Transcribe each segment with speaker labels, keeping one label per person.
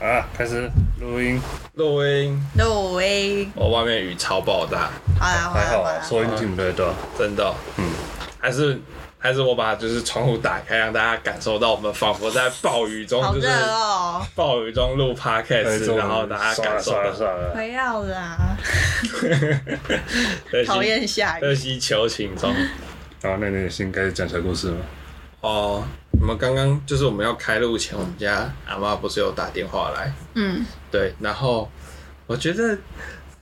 Speaker 1: 啊，开始录音，
Speaker 2: 录音，
Speaker 3: 露威，
Speaker 2: 哦，外面雨超爆大，
Speaker 3: 好啦，好
Speaker 1: 还
Speaker 3: 啦，
Speaker 1: 好
Speaker 3: 好
Speaker 1: 啊，
Speaker 3: 啦，
Speaker 1: 收音进不太到。
Speaker 2: 真的，嗯，还是还是我把就是窗户打开，让大家感受到我们仿佛在暴雨中，
Speaker 3: 好
Speaker 2: 就是
Speaker 3: 热哦，
Speaker 2: 暴雨中录 podcast，然后大家感受
Speaker 1: 算了
Speaker 2: 到，
Speaker 1: 算了，
Speaker 3: 不要啦，
Speaker 2: 热
Speaker 3: 讨
Speaker 2: 心
Speaker 3: 厌下
Speaker 2: 热
Speaker 3: 雨，
Speaker 2: 心求情中。
Speaker 1: 然后那你先开始讲小故事吗？
Speaker 2: 哦，我们刚刚就是我们要开录前，我们家阿妈不是有打电话来，
Speaker 3: 嗯，
Speaker 2: 对，然后我觉得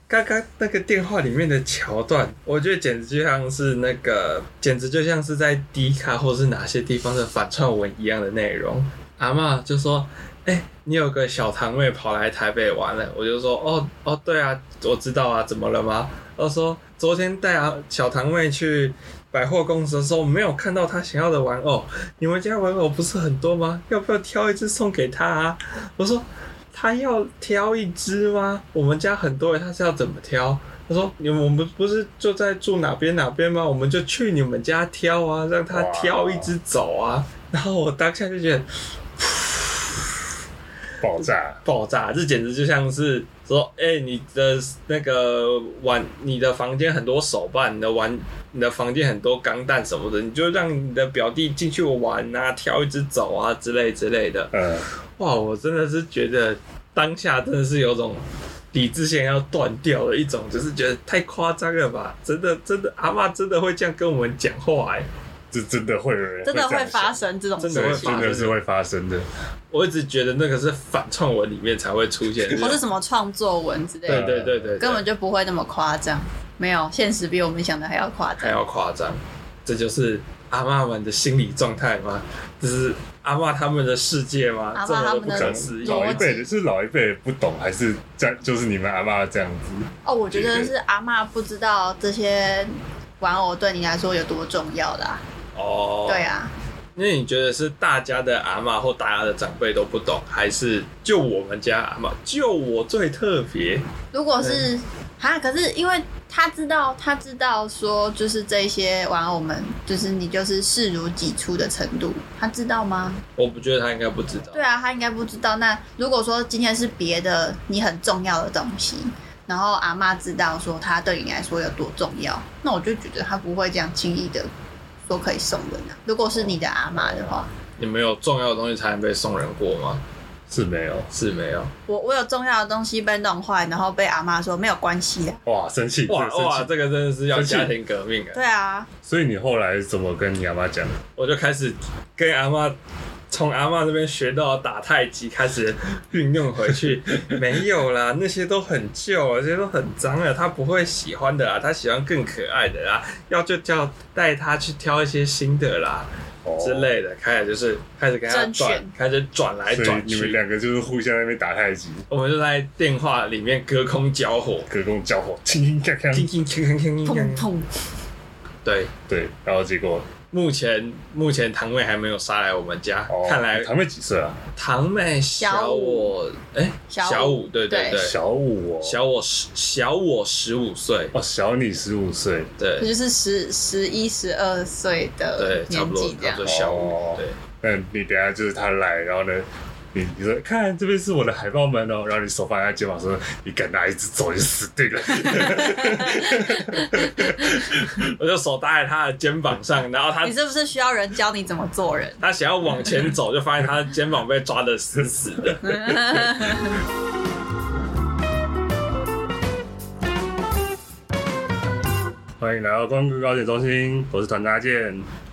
Speaker 2: 刚刚那个电话里面的桥段，我觉得简直就像是那个，简直就像是在低卡或是哪些地方的反串文一样的内容。阿嬷就说：“哎、你有个小堂妹跑来台北玩了。”我就说：“哦哦，对啊，我知道啊，怎么了吗？”我说：“昨天带啊小堂妹去。”百货公司的时候没有看到她想要的玩偶，你们家玩偶不是很多吗？要不要挑一只送给她啊？我说他要挑一只吗？我们家很多人，欸他是要怎么挑？他说：“你们我们不是就在住哪边哪边吗？我们就去你们家挑啊，让他挑一只走啊。”然后我当下就觉得
Speaker 1: 爆炸，
Speaker 2: 爆炸，这简直就像是说：“哎、你的那个碗，你的房间很多手办，你的玩，你的房间很多钢弹什么的，你就让你的表弟进去玩啊，挑一只走啊之类之类的。”
Speaker 1: 嗯，
Speaker 2: 哇，我真的是觉得当下真的是有种理智线要断掉的一种，就是觉得太夸张了吧？真的，真的，阿嬷真的会这样跟我们讲话哎、
Speaker 1: 这真的会有人
Speaker 3: 真的
Speaker 1: 这
Speaker 3: 会
Speaker 1: 样想
Speaker 3: 发，生这种
Speaker 2: 真
Speaker 3: 事
Speaker 2: 的会
Speaker 3: 情
Speaker 2: 发
Speaker 1: 真，的是会发生的。
Speaker 2: 我一直觉得那个是反串文里面才会出现的，
Speaker 3: 或是什么创作文之类
Speaker 2: 对啊
Speaker 3: 的，
Speaker 2: 对对对，对
Speaker 3: 根本就不会那么夸张。没有，现实比我们想的还要夸
Speaker 2: 还
Speaker 3: 张。
Speaker 2: 要夸张，这就是阿嬷们的心理状态吗？这是阿嬷他们的世界吗？
Speaker 3: 阿嬷
Speaker 2: 这么
Speaker 3: 他
Speaker 2: 的
Speaker 3: 们
Speaker 2: 不
Speaker 3: 的
Speaker 2: 可思议。
Speaker 3: 嗯逻
Speaker 1: 老
Speaker 3: 辑
Speaker 1: 一辈的是老一辈的不懂，还是这样？就是你们阿妈这样子？
Speaker 3: 哦，我觉得是阿嬷不知道这些玩偶对你来说有多重要啦。
Speaker 2: 哦，
Speaker 3: 对啊，
Speaker 2: 那你觉得是大家的阿嬷或大家的长辈都不懂，还是就我们家阿嬷，就我最特别？
Speaker 3: 如果是哈，可是因为他知道，他知道说，就是这些玩偶们，就是你就是视如己出的程度，他知道吗？
Speaker 2: 我不觉得他应该不知道。
Speaker 3: 对啊，他应该不知道。那如果说今天是别的你很重要的东西，然后阿妈知道说它对你来说有多重要，那我就觉得他不会这样轻易的说可以送人啊。如果是你的阿妈的话，
Speaker 2: 你们有重要的东西才能被送人过吗？
Speaker 1: 是没有
Speaker 2: 是没有。
Speaker 3: 我我有重要的东西被弄坏，然后被阿妈说没有关系啊。
Speaker 1: 哇，生气，
Speaker 2: 哇
Speaker 1: 这个
Speaker 2: 哇，
Speaker 1: 生气。
Speaker 2: 这个真的是要
Speaker 1: 生气
Speaker 2: 家庭革命啊！
Speaker 3: 对啊，
Speaker 1: 所以你后来怎么跟你阿妈讲？
Speaker 2: 我就开始跟阿嬷从阿嬷那边学到打太极，开始运用 回去。没有啦，那些都很旧了，这些都很脏了，他不会喜欢的啦，他喜欢更可爱的啦。要就叫带他去挑一些新的啦。
Speaker 1: 哦
Speaker 2: 之类的，开始就是开始跟他
Speaker 3: 甄
Speaker 2: 转
Speaker 3: 选，
Speaker 2: 开始转来
Speaker 1: 所以
Speaker 2: 转
Speaker 1: 你们
Speaker 2: 去，
Speaker 1: 两个就是互相在那边打太极，
Speaker 2: 我们就在电话里面隔空交火，
Speaker 1: 隔空交火，轻轻锵
Speaker 2: 叮
Speaker 1: 锵。
Speaker 2: 叮锵锵锵锵
Speaker 3: 砰
Speaker 2: 锵。
Speaker 3: 砰，
Speaker 2: 对，
Speaker 1: 对，然后结果
Speaker 2: 目前目前堂妹还没有杀来我们家，
Speaker 1: 哦，
Speaker 2: 看来
Speaker 1: 他们几岁啊？
Speaker 2: 堂妹小我哎
Speaker 3: 小五
Speaker 2: 小五对对
Speaker 3: 对
Speaker 2: 对，
Speaker 1: 小五哦，
Speaker 2: 小我十小我十五岁，
Speaker 1: 哦，小你十五岁，
Speaker 3: 这
Speaker 2: 对
Speaker 3: 就是十十一十二岁的
Speaker 2: 对，差
Speaker 3: 年
Speaker 2: 不多
Speaker 3: 纪
Speaker 2: 差
Speaker 3: 这样
Speaker 2: 不多。小五
Speaker 1: 哦
Speaker 2: 对。
Speaker 1: 那你等一下就是他来，然后呢，你你说看这边是我的海报门哦，然后你手放在他肩膀说，你敢拿一只走你就死定了。
Speaker 2: 我就手搭在他的肩膀上，然后他
Speaker 3: 你是不是需要人教你怎么做人？
Speaker 2: 他想要往前走，就发现他的肩膀被抓得死死的。
Speaker 1: 欢迎来到光顾高铁中心，我是团长阿健。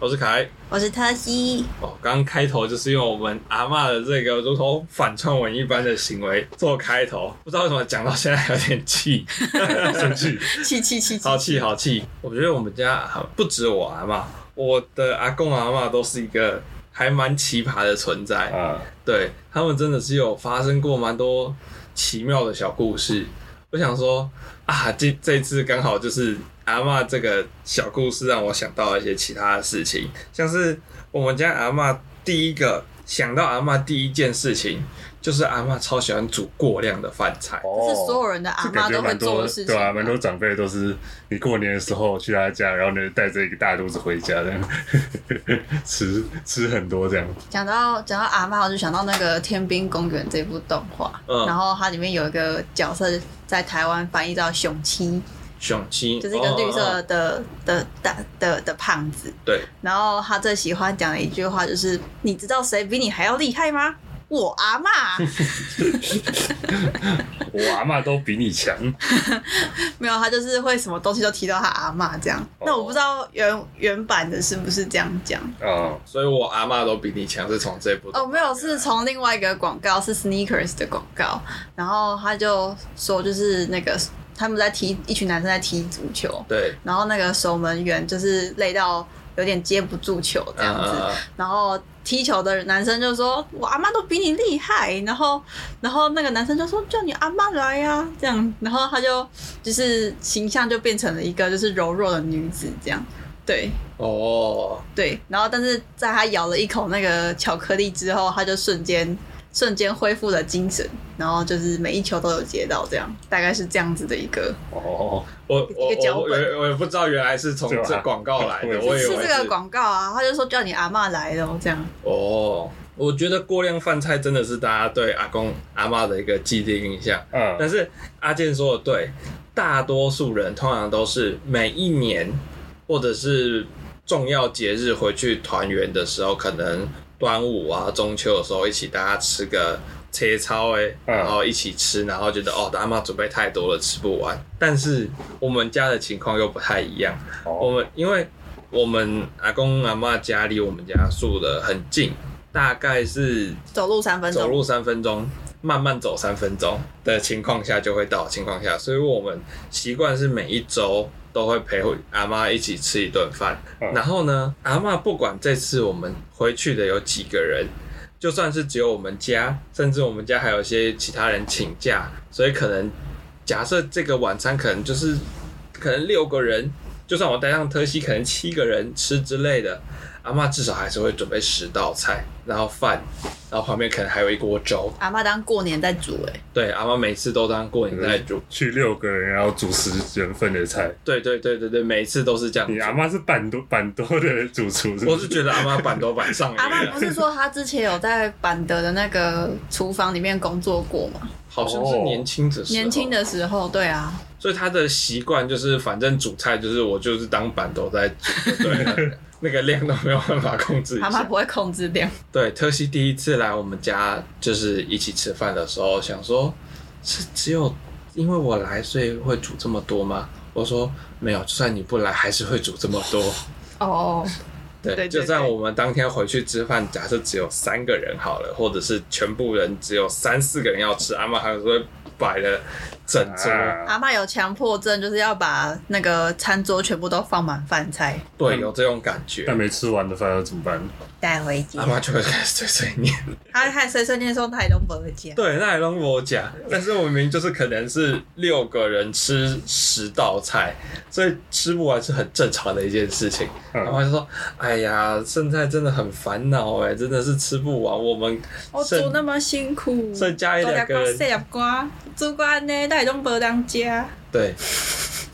Speaker 2: 我是凯，
Speaker 3: 我是特西，
Speaker 2: 哦，刚刚开头就是用我们阿嬷的这个如同反串文一般的行为做开头，不知道为什么讲到现在有点气，
Speaker 1: 生气，
Speaker 3: 气气气气
Speaker 1: 哦
Speaker 2: 好！气好气。我觉得我们家啊不止我阿嬷，我的阿公阿嬷都是一个还蛮奇葩的存在。
Speaker 1: 啊，
Speaker 2: 对他们真的是有发生过蛮多奇妙的小故事。我想说啊，这这次刚好就是阿嬷这个小故事让我想到一些其他的事情，像是我们家阿嬷第一个想到阿嬷第一件事情就是阿嬷超喜欢煮过量的饭菜。
Speaker 1: 哦，
Speaker 3: 这是所有人的阿
Speaker 1: 这
Speaker 3: 妈
Speaker 1: 感觉
Speaker 3: 都会
Speaker 1: 蛮
Speaker 3: 做
Speaker 1: 多
Speaker 3: 的事，情
Speaker 1: 对啊，蛮多长辈都是你过年的时候去他家，然后呢带着一个大肚子回家，这样 吃吃很多这样。
Speaker 3: 讲到讲到阿妈，我就想到那个《天兵公园》这部动画，
Speaker 2: 嗯
Speaker 3: 然后它里面有一个角色在台湾翻译到熊七，
Speaker 2: 雄鸡
Speaker 3: 就是一个绿
Speaker 2: 哦哦
Speaker 3: 色
Speaker 2: 哦
Speaker 3: 的、的大的的胖子。
Speaker 2: 对，
Speaker 3: 然后他最喜欢讲的一句话就是：“你知道谁比你还要厉害吗？我阿妈。
Speaker 1: 我阿嬷都比你强，”
Speaker 3: 没有，他就是会什么东西都提到他阿妈这样。
Speaker 2: 哦
Speaker 3: 那我不知道原原版的是不是这样讲
Speaker 1: 啊、
Speaker 2: 所以我阿嬷都比你强，是从这部
Speaker 3: 哦，没有，是从另外一个广告是 sneakers 的广告，然后他就说就是那个他们在踢一群男生在踢足球，
Speaker 2: 对，
Speaker 3: 然后那个守门员就是累到有点接不住球这样子，
Speaker 2: 嗯嗯嗯
Speaker 3: 然后踢球的男生就说：“我阿妈都比你厉害。”然后，然后那个男生就说：“叫你阿妈来呀、这样，然后他就就是形象就变成了一个就是柔弱的女子这样。对
Speaker 2: 哦，
Speaker 3: 对，然后但是在他咬了一口那个巧克力之后，他就瞬间瞬间恢复了精神，然后就是每一球都有接到，这样大概是这样子的一个，
Speaker 1: 哦，
Speaker 2: 我
Speaker 3: 一个
Speaker 2: 我
Speaker 3: 脚
Speaker 2: 我我
Speaker 3: 本
Speaker 2: 我也不知道原来是从
Speaker 1: 对吧
Speaker 2: 这广告来的，
Speaker 1: 我
Speaker 2: 我以
Speaker 3: 是
Speaker 2: 为
Speaker 3: 这个广告啊，他就说叫你阿妈来咯，这样。
Speaker 2: 哦。我觉得过量饭菜真的是大家对阿公阿嬷的一个既定印象，
Speaker 1: 嗯，
Speaker 2: 但是阿健说的对，大多数人通常都是每一年或者是重要节日回去团圆的时候，可能端午啊、中秋的时候一起大家吃个切超哎，
Speaker 1: 嗯
Speaker 2: 然后一起吃，然后觉得哦，阿妈准备太多了，吃不完。但是我们家的情况又不太一样，
Speaker 1: 哦，
Speaker 2: 我们因为我们阿公阿妈家离我们家住的很近，大概是
Speaker 3: 走路三分钟，
Speaker 2: 走路三分钟，慢慢走三分钟的情况下就会到的情况下，所以我们习惯是每一周都会陪阿妈一起吃一顿饭。
Speaker 1: 嗯
Speaker 2: 然后呢，阿妈不管这次我们回去的有几个人，就算是只有我们家，甚至我们家还有一些其他人请假，所以可能假设这个晚餐可能就是可能六个人，就算我带上特西，可能七个人吃之类的。阿妈至少还是会准备十道菜，然后饭，然后旁边可能还有一锅粥。
Speaker 3: 阿妈当过年在煮、 欸，
Speaker 2: 对，阿妈每次都当过年在煮。
Speaker 1: 去六个人，然后煮十人份的菜，
Speaker 2: 对对对对对，每一次都是这样
Speaker 1: 你阿
Speaker 2: 煮。
Speaker 1: 妈是板多板多的主厨，是不
Speaker 2: 我是觉得阿妈板都板上瘾啊
Speaker 3: 阿妈
Speaker 2: 了
Speaker 3: 不，是说她之前有在板德的那个厨房里面工作过吗？
Speaker 2: 好像是年轻的时候。
Speaker 3: 年轻，的时候，对啊，
Speaker 2: 所以她的习惯就是，反正煮菜就是我就是当板都在煮，对， 那个量都没有办法控制一
Speaker 3: 阿妈
Speaker 2: 下。
Speaker 3: 不会控制量，
Speaker 2: 对，特西第一次来我们家就是一起吃饭的时候，想说是只有因为我来，所以会煮这么多吗？我说没有，就算你不来，还是会煮这么多。
Speaker 3: 哦，
Speaker 2: 对，
Speaker 3: 对对
Speaker 2: 就算我们当天回去吃饭，假设只有三个人好了，或者是全部人只有三四个人要吃，阿妈还是会摆了整桌。
Speaker 1: 啊，
Speaker 3: 阿妈有强迫症，就是要把那个餐桌全部都放满饭菜
Speaker 2: 对，有这种感觉
Speaker 1: 那。没吃完的饭要怎么办？
Speaker 3: 带回家
Speaker 2: 阿。妈就会开始碎碎念，
Speaker 3: 她还碎碎念说她也都不会加，
Speaker 2: 对，那也让我讲。但是我明明就是可能是六个人吃十道菜，所以吃不完是很正常的一件事情。
Speaker 1: 嗯
Speaker 2: 阿妈就说：“哎呀，现在真的很烦恼哎，真的是吃不完。我们
Speaker 3: 我煮
Speaker 2: 剩
Speaker 3: 哦那么辛苦，
Speaker 2: 剩加一两个人
Speaker 3: 大粒瓜、小粒瓜，煮瓜呢，她也都无当家。
Speaker 2: 对，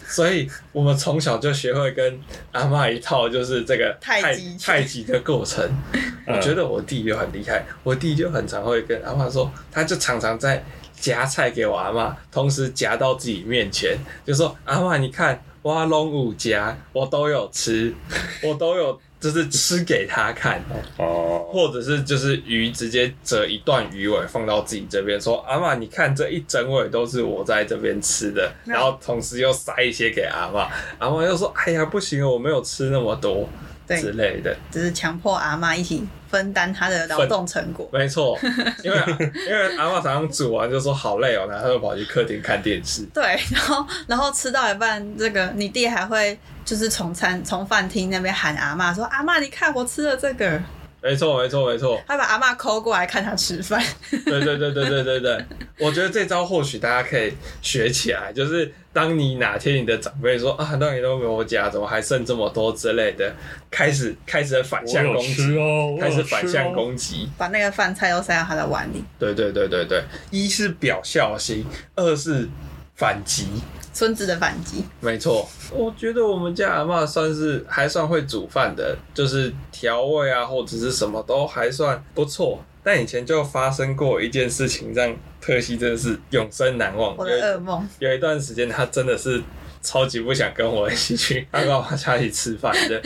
Speaker 2: 所以我们从小就学会跟阿嬷一套，就是这个
Speaker 3: 太
Speaker 2: 太
Speaker 3: 极拳
Speaker 2: 太极的过程。我觉得我弟就很厉害，我弟就很常会跟阿嬷说，他就常常在夹菜给我阿嬷，同时夹到自己面前，就说：“阿嬷，你看，我龙五夹，我都有吃，我都有。”就是吃给他看，
Speaker 1: 哦，
Speaker 2: 或者是就是鱼直接折一段鱼尾放到自己这边，说阿嬷，你看这一整尾都是我在这边吃的，
Speaker 3: 那
Speaker 2: 然后同时又塞一些给阿嬷，阿嬷又说哎呀不行，我没有吃那么多
Speaker 3: 对
Speaker 2: 之类的，
Speaker 3: 只是强迫阿妈一起分担她的劳动成果。
Speaker 2: 没错，因为因为阿嬷常常煮完就说好累哦，然后她就跑去客厅看电视，
Speaker 3: 对，然后然后吃到一半，这个你弟还会就是从餐从饭厅那边喊阿妈说：“阿妈，你看我吃了这个。”
Speaker 2: 没错，没错，没错。
Speaker 3: 他把阿嬷抠过来看他吃饭，
Speaker 2: 对对对对对对对，我觉得这招或许大家可以学起来，就是当你哪天你的长辈说啊，那你都没有加，怎么还剩这么多之类的，开始开始反
Speaker 1: 我
Speaker 2: 向
Speaker 1: 有
Speaker 2: 攻
Speaker 1: 吃
Speaker 2: 击，
Speaker 1: 哦，我
Speaker 2: 开始
Speaker 1: 有
Speaker 2: 反
Speaker 1: 吃
Speaker 2: 向
Speaker 1: 哦
Speaker 2: 攻击。
Speaker 3: 把那个饭菜都塞到他的碗里。
Speaker 2: 对对对对对，一是表孝心，二是反击。
Speaker 3: 孙子的反击，
Speaker 2: 没错，我觉得我们家阿嬷算是还算会煮饭的，就是调味啊或者是什么都还算不错。但以前就发生过一件事情，让特西真的是永生难忘。
Speaker 3: 我
Speaker 2: 有一
Speaker 3: 的噩梦。
Speaker 2: 有一段时间，他真的是超级不想跟我一起去阿爸妈家里吃饭的。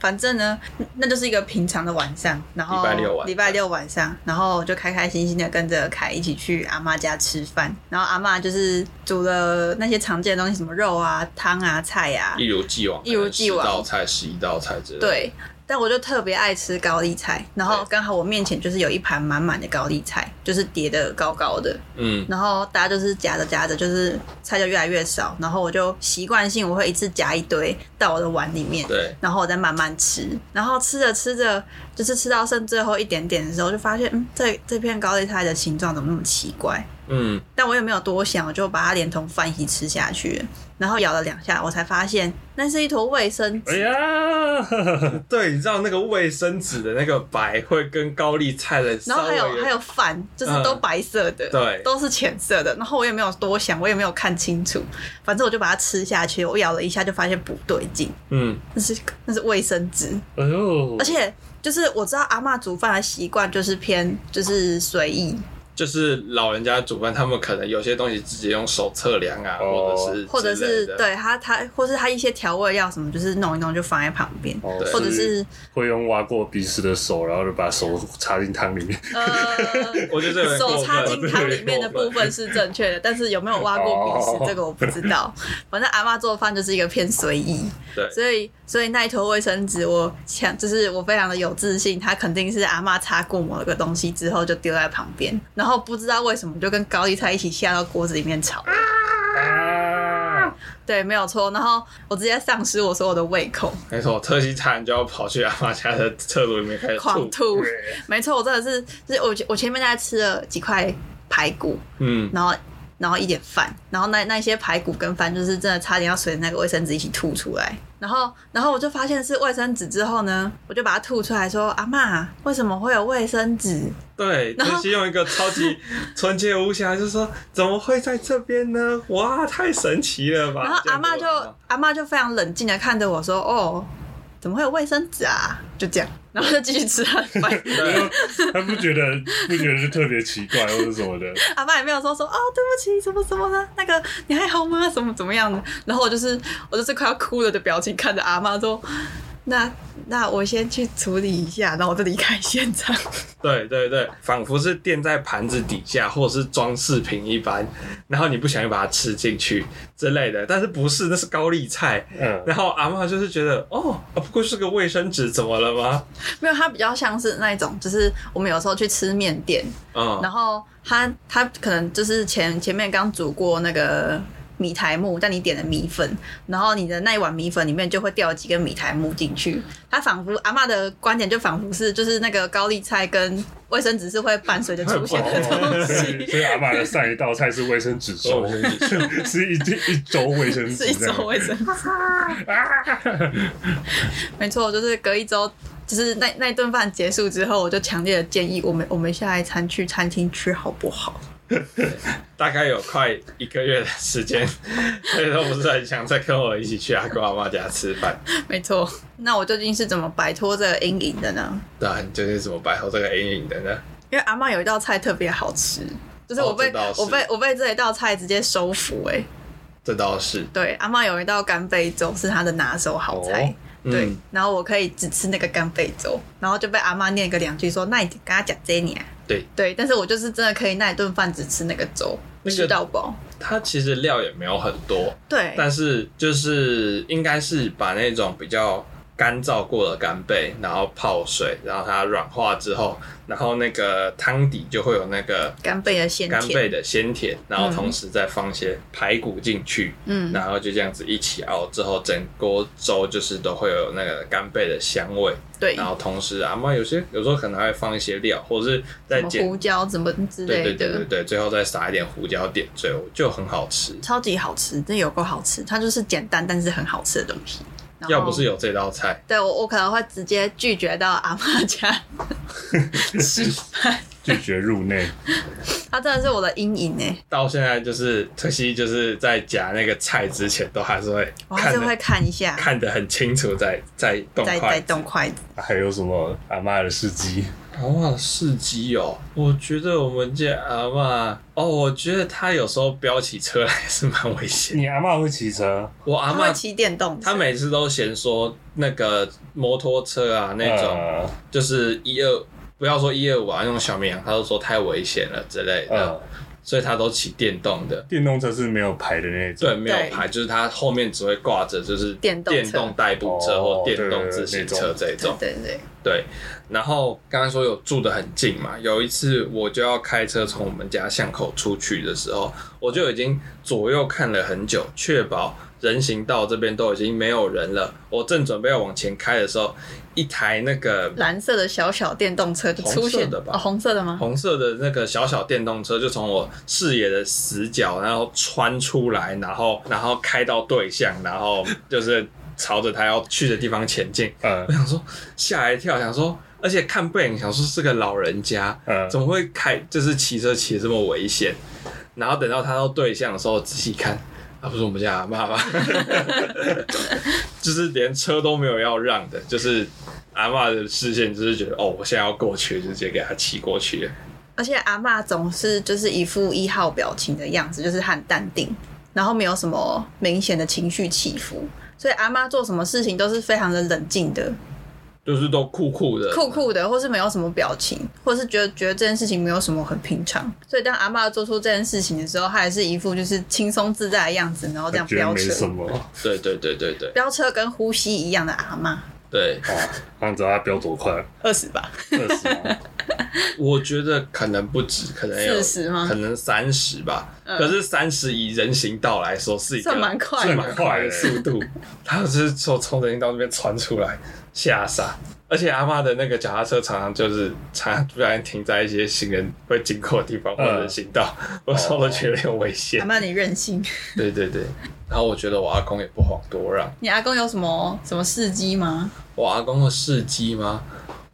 Speaker 3: 反正呢，那就是一个平常的晚上，然后
Speaker 2: 礼拜六晚
Speaker 3: 礼拜六晚上，然后我就开开心心的跟着凯一起去阿妈家吃饭，然后阿妈就是煮了那些常见的东西，什么肉啊、汤啊、菜啊，
Speaker 2: 一如既往，哎
Speaker 3: 一如既往
Speaker 2: 十道菜、十一道菜之类的。
Speaker 3: 对。但我就特别爱吃高丽菜，然后
Speaker 2: 对
Speaker 3: 刚好我面前就是有一盘满满的高丽菜，就是叠的高高的，
Speaker 2: 嗯，
Speaker 3: 然后大家就是夹着夹着，就是菜就越来越少，然后我就习惯性我会一次夹一堆到我的碗里面，
Speaker 2: 对，
Speaker 3: 然后我再慢慢吃，然后吃着吃着，就是吃到剩最后一点点的时候，就发现，嗯，这这片高丽菜的形状怎么那么奇怪？
Speaker 2: 嗯，
Speaker 3: 但我也没有多想，我就把它连同饭一起吃下去了，然后咬了两下，我才发现那是一坨 卫生
Speaker 1: 哎
Speaker 3: 纸。
Speaker 1: 呀，
Speaker 2: 对，你知道那个卫生纸的那个白会跟高丽菜的
Speaker 3: 然
Speaker 2: 稍
Speaker 3: 后还
Speaker 2: 微
Speaker 3: 有还有饭，就是都白色的，
Speaker 2: 对
Speaker 3: 都是浅色的。然后我也没有多想，我也没有看清楚，反正我就把它吃下去。我咬了一下就发现不对劲，
Speaker 2: 嗯，
Speaker 3: 那是那是卫生纸。
Speaker 1: 哎呦，
Speaker 3: 而且就是我知道阿嬷煮饭的习惯就是偏就是随意，
Speaker 2: 就是老人家煮饭，他们可能有些东西自己用手测量啊，
Speaker 1: 哦
Speaker 2: 或者是
Speaker 3: 或者是
Speaker 2: 之类的
Speaker 3: 对他他或是他一些调味料什么，就是弄一弄就放在旁边，
Speaker 1: 哦
Speaker 2: 对
Speaker 3: 或者是
Speaker 1: 会用挖过鼻屎的手，然后就把手插进汤里面。
Speaker 3: 呃。
Speaker 2: 我觉得这有点过
Speaker 3: 手
Speaker 2: 分
Speaker 3: 插进汤里面的部分是正确的，但是有没有挖过鼻
Speaker 1: 哦
Speaker 3: 屎，这个我不知道。反正阿嬷做饭就是一个偏随意，
Speaker 2: 对，
Speaker 3: 所以所以那一坨卫生纸，我想就是我非常的有自信，它肯定是阿嬷擦过某个东西之后就丢在旁边，然后不知道为什么就跟高丽菜一起下到锅子里面炒了。
Speaker 1: 啊！
Speaker 3: 对，没有错。然后我直接丧失我所有的胃口，
Speaker 2: 没错，特西差点就要跑去阿妈家的厕所里面开始
Speaker 3: 狂
Speaker 2: 吐，
Speaker 3: 吐。没错，我真的是，就是我前我前面大概吃了几块排骨，
Speaker 2: 嗯，
Speaker 3: 然后然后一点饭，然后那那些排骨跟饭就是真的差点要随着那个卫生纸一起吐出来。然后然后我就发现是卫生纸之后呢，我就把它吐出来说：“阿嬷，为什么会有卫生纸？”
Speaker 2: 对，
Speaker 3: 然后
Speaker 2: 特西用一个超级纯洁无瑕，就说怎么会在这边呢？哇，太神奇了吧！
Speaker 3: 然后
Speaker 2: 这
Speaker 3: 阿
Speaker 2: 样子
Speaker 3: 嬷就
Speaker 2: 哇
Speaker 3: 阿嬷就非常冷静的看着我说：“哦，怎么会有卫生纸啊？”就这样，然后就继续吃她的 饭。
Speaker 2: 对
Speaker 1: 他不觉得不觉得是特别奇怪或者什么的，
Speaker 3: 阿爸也没有说说哦，对不起，什么什么的，那个你还好吗？什么怎么样的？然后我就是我就是快要哭了的表情看着阿妈说，那那我先去处理一下，然后我就离开现场。
Speaker 2: 对对对，仿佛是垫在盘子底下或者是装饰品一般，然后你不小心把它吃进去之类的，但是不是那是高丽菜。
Speaker 1: 嗯，
Speaker 2: 然后阿嬷就是觉得哦，啊不过是个卫生纸，怎么了吗？
Speaker 3: 没有，它比较像是那一种，就是我们有时候去吃面店，
Speaker 2: 嗯
Speaker 3: 然后它它可能就是前前面刚煮过那个。米苔木，但你点了米粉，然后你的那一碗米粉里面就会掉几根米苔木进去。它仿佛阿嬷的观点就仿佛是，就是那个高丽菜跟卫生纸是会伴随着出现的
Speaker 1: 哦
Speaker 3: 东
Speaker 1: 所以
Speaker 3: 西，
Speaker 1: 所以阿妈的上一道菜是卫生纸粥
Speaker 2: 哦卫 生，
Speaker 1: 是一一周卫生
Speaker 3: 是
Speaker 1: 纸
Speaker 3: 一
Speaker 1: 这
Speaker 3: 周
Speaker 1: 样。
Speaker 3: 卫生纸。没错，就是隔一周，就是那那一顿饭结束之后，我就强烈的建议我们我们下一餐去餐厅吃好不好？
Speaker 2: 大概有快一个月的时间， 所以都不是很想再跟我一起去阿公阿嬷家吃饭。
Speaker 3: 没错，那我究竟是怎么摆脱这个阴影的呢？
Speaker 2: 对啊，你究竟怎么摆脱这个阴影的呢？
Speaker 3: 因为阿嬷有一道菜特别好吃，就是
Speaker 2: 哦
Speaker 3: 我被、
Speaker 2: 这倒是
Speaker 3: 我被我被这一道菜直接收服哎、欸
Speaker 2: 这倒是，
Speaker 3: 对，阿嬷有一道干贝粥是她的拿手好菜。对，
Speaker 2: 嗯
Speaker 3: 然后我可以只吃那个干贝粥，然后就被阿妈念个两句说：“那你跟他讲这你啊。”
Speaker 2: 对
Speaker 3: 对，但是我就是真的可以那一顿饭只吃那个粥，
Speaker 2: 那个
Speaker 3: 吃到饱。
Speaker 2: 它其实料也没有很多，
Speaker 3: 对，
Speaker 2: 但是就是应该是把那种比较干燥过的干贝，然后泡水，然后它软化之后，然后那个汤底就会有那个
Speaker 3: 干贝的鲜
Speaker 2: 干贝
Speaker 3: 甜，
Speaker 2: 的鲜甜，然后同时再放些排骨进去，
Speaker 3: 嗯，
Speaker 2: 然后就这样子一起熬，之后整锅粥就是都会有那个干贝的香味，
Speaker 3: 对，
Speaker 2: 然后同时阿妈有些有时候可能还会放一些料，或者是
Speaker 3: 什
Speaker 2: 再
Speaker 3: 么
Speaker 2: 剪
Speaker 3: 胡椒怎么之
Speaker 2: 对
Speaker 3: 类
Speaker 2: 对对对
Speaker 3: 的，
Speaker 2: 对，最后再撒一点胡椒点缀，就很好吃。
Speaker 3: 超级好吃，真的有够好吃。它就是简单但是很好吃的东西。然后
Speaker 2: 要不是有这道菜，
Speaker 3: 对我，我可能会直接拒绝到阿妈家 吃饭。
Speaker 1: 拒绝入内，
Speaker 3: 它真的是我的阴影哎，
Speaker 2: 到现在就是特西就是在夹那个菜之前，都还是会
Speaker 3: 我还
Speaker 2: 看
Speaker 3: 是
Speaker 2: 得
Speaker 3: 会看一下，
Speaker 2: 看得很清楚在，在动
Speaker 3: 再
Speaker 2: 筷
Speaker 3: 再
Speaker 2: 子。
Speaker 3: 动筷子。
Speaker 1: 还有什么阿妈的事迹？
Speaker 2: 阿嬷的事迹哦，我觉得我们家阿嬷哦，我觉得她有时候飙起车来是蛮危险的。
Speaker 1: 你阿妈会骑车？
Speaker 2: 我阿
Speaker 3: 他嗯会
Speaker 2: 嬷
Speaker 3: 骑电动车，
Speaker 2: 她每次都嫌说那个摩托车啊那种。
Speaker 1: 呃
Speaker 2: 就是一二，不要说一二五啊，那种小绵羊，他都说太危险了之类的，
Speaker 1: 呃，
Speaker 2: 所以他都骑电动的。
Speaker 1: 电动车是没有牌的那种。
Speaker 2: 对，没有牌，就是他后面只会挂着就是
Speaker 3: 电动车
Speaker 2: 电动代步车
Speaker 1: 哦
Speaker 2: 或电动自行车
Speaker 1: 对
Speaker 2: 这
Speaker 3: 对
Speaker 2: 种。
Speaker 3: 对对，
Speaker 2: 对，然后刚才说有住得很近嘛，有一次我就要开车从我们家巷口出去的时候，我就已经左右看了很久，确保人行道这边都已经没有人了。我正准备要往前开的时候，一台那个
Speaker 3: 蓝色的小小电动车就出
Speaker 2: 红
Speaker 3: 现
Speaker 2: 色的吧
Speaker 3: 哦，红色的吗？
Speaker 2: 红色的那个小小电动车就从我视野的死角，然后穿出来，然后然后开到对向，然后就是朝着他要去的地方前进。
Speaker 1: 呃
Speaker 2: 我想说吓一跳，想说，而且看背影，想说是个老人家，
Speaker 1: 呃，
Speaker 2: 怎么会开就是骑车骑得这么危险？然后等到他到对象的时候，仔细看，啊，不是我们家阿妈吗？就是连车都没有要让的，就是阿妈的视线就是觉得哦，我现在要过去，就直接给他骑过去了。
Speaker 3: 而且阿嬷总是就是一副一号表情的样子，就是很淡定，然后没有什么明显的情绪起伏，所以阿妈做什么事情都是非常的冷静的、
Speaker 2: 就是都酷酷的，
Speaker 3: 酷酷的，或是没有什么表情，或是觉得觉得这件事情没有什么很平常。所以当阿嬷做出这件事情的时候，她还是一副就是轻松自在的样子，然后这样
Speaker 1: 觉得
Speaker 3: 飙
Speaker 1: 没什
Speaker 3: 车，
Speaker 1: 么。哦
Speaker 2: 对对对对对
Speaker 3: 飙车跟呼吸一样的阿嬷，
Speaker 2: 对，
Speaker 1: 哇，那你知道他飙多快？
Speaker 3: 二十吧，
Speaker 1: 二十啊吗？
Speaker 2: 我觉得可能不止，可能有
Speaker 3: 40吗
Speaker 2: 可能三十吧。
Speaker 3: 嗯
Speaker 2: 可是三十以人行道来说是一个
Speaker 3: 算蛮快的
Speaker 2: 是蛮快的速度。他就是从从人行道那边窜出来，吓傻。而且阿妈的那个脚踏车常常就是常常突然停在一些行人会经过的地方或
Speaker 1: 嗯
Speaker 2: 者行道，我稍微觉得有危险
Speaker 3: 阿。嬷你任性。
Speaker 2: 对对对，然后我觉得我阿公也不遑多让。
Speaker 3: 你阿公有什么什么事迹吗？
Speaker 2: 我阿公的事迹吗？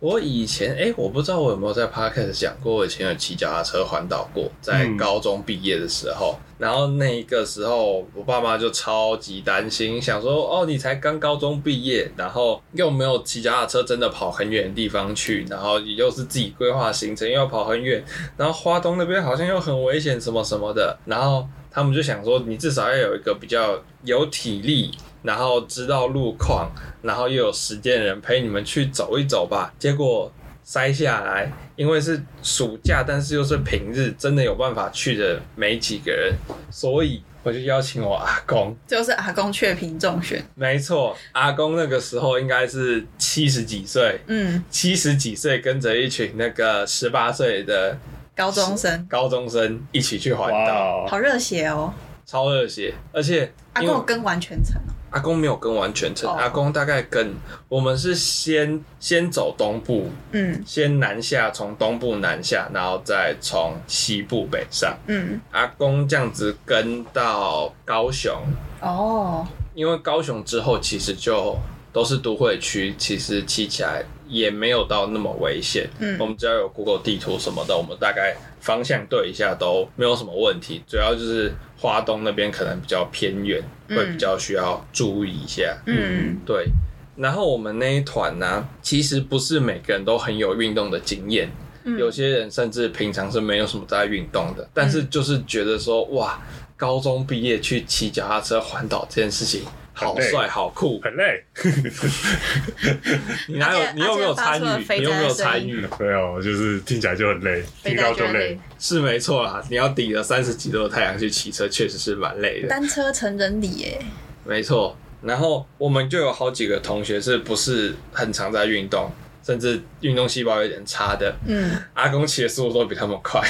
Speaker 2: 我以前哎、我不知道我有没有在 podcast 讲过，我以前有骑脚踏车环岛过，在
Speaker 1: 嗯
Speaker 2: 高中毕业的时候，然后那个时候我爸妈就超级担心，想说哦，你才刚高中毕业，然后又没有骑脚踏车真的跑很远的地方去，然后又是自己规划行程，又要跑很远，然后花东那边好像又很危险什么什么的，然后他们就想说，你至少要有一个比较有体力，然后知道路况，然后又有时间的人陪你们去走一走吧。结果塞下来，因为是暑假，但是又是平日，真的有办法去的没几个人，所以我就邀请我阿公。
Speaker 3: 就是阿公雀屏中选，
Speaker 2: 没错，阿公那个时候应该是七十几岁，
Speaker 3: 嗯，
Speaker 2: 七十几岁跟着一群那个十八岁的
Speaker 3: 高中生。
Speaker 2: 高中生一起去环
Speaker 1: 哇
Speaker 2: 岛，
Speaker 1: 哦，
Speaker 3: 好热血哦！
Speaker 2: 超热血，而且
Speaker 3: 阿
Speaker 2: 因为
Speaker 3: 公有跟完全程哦，
Speaker 2: 阿公没有跟完全程，
Speaker 3: 哦
Speaker 2: 阿公大概跟我们是先先走东部，
Speaker 3: 嗯
Speaker 2: 先南下，从东部南下，然后再从西部北上。
Speaker 3: 嗯，
Speaker 2: 阿公这样子跟到高雄，
Speaker 3: 哦，
Speaker 2: 因为高雄之后其实就都是都会区，其实骑起来也没有到那么危险。
Speaker 3: 嗯
Speaker 2: 我们只要有 Google 地图什么的，我们大概方向对一下都没有什么问题。主要就是花东那边可能比较偏远，会比较需要注意一下。
Speaker 3: 嗯，
Speaker 2: 对，然后我们那一团呢、其实不是每个人都很有运动的经验，
Speaker 3: 嗯
Speaker 2: 有些人甚至平常是没有什么在运动的，但是就是觉得说，哇，高中毕业去骑脚踏车环岛这件事情。好帅，好酷！
Speaker 1: 很累。
Speaker 2: 你哪有
Speaker 3: 而且？
Speaker 2: 你有没有参
Speaker 3: 而且发出了
Speaker 2: 与？
Speaker 3: 肥
Speaker 2: 你有没有
Speaker 3: 宅的声
Speaker 2: 参
Speaker 3: 音
Speaker 2: 与？
Speaker 1: 没有，我就是听起来就很累，
Speaker 3: 被
Speaker 1: 听
Speaker 3: 大
Speaker 1: 到
Speaker 3: 家
Speaker 1: 就累
Speaker 3: 累。。
Speaker 2: 是没错啦，你要抵着三十几度的太阳去骑车，确实是蛮累的。
Speaker 3: 单车成人礼耶，
Speaker 2: 没错，然后我们就有好几个同学是不是很常在运动，甚至运动细胞有点差的，
Speaker 3: 嗯，
Speaker 2: 阿公骑的速度都比他们快，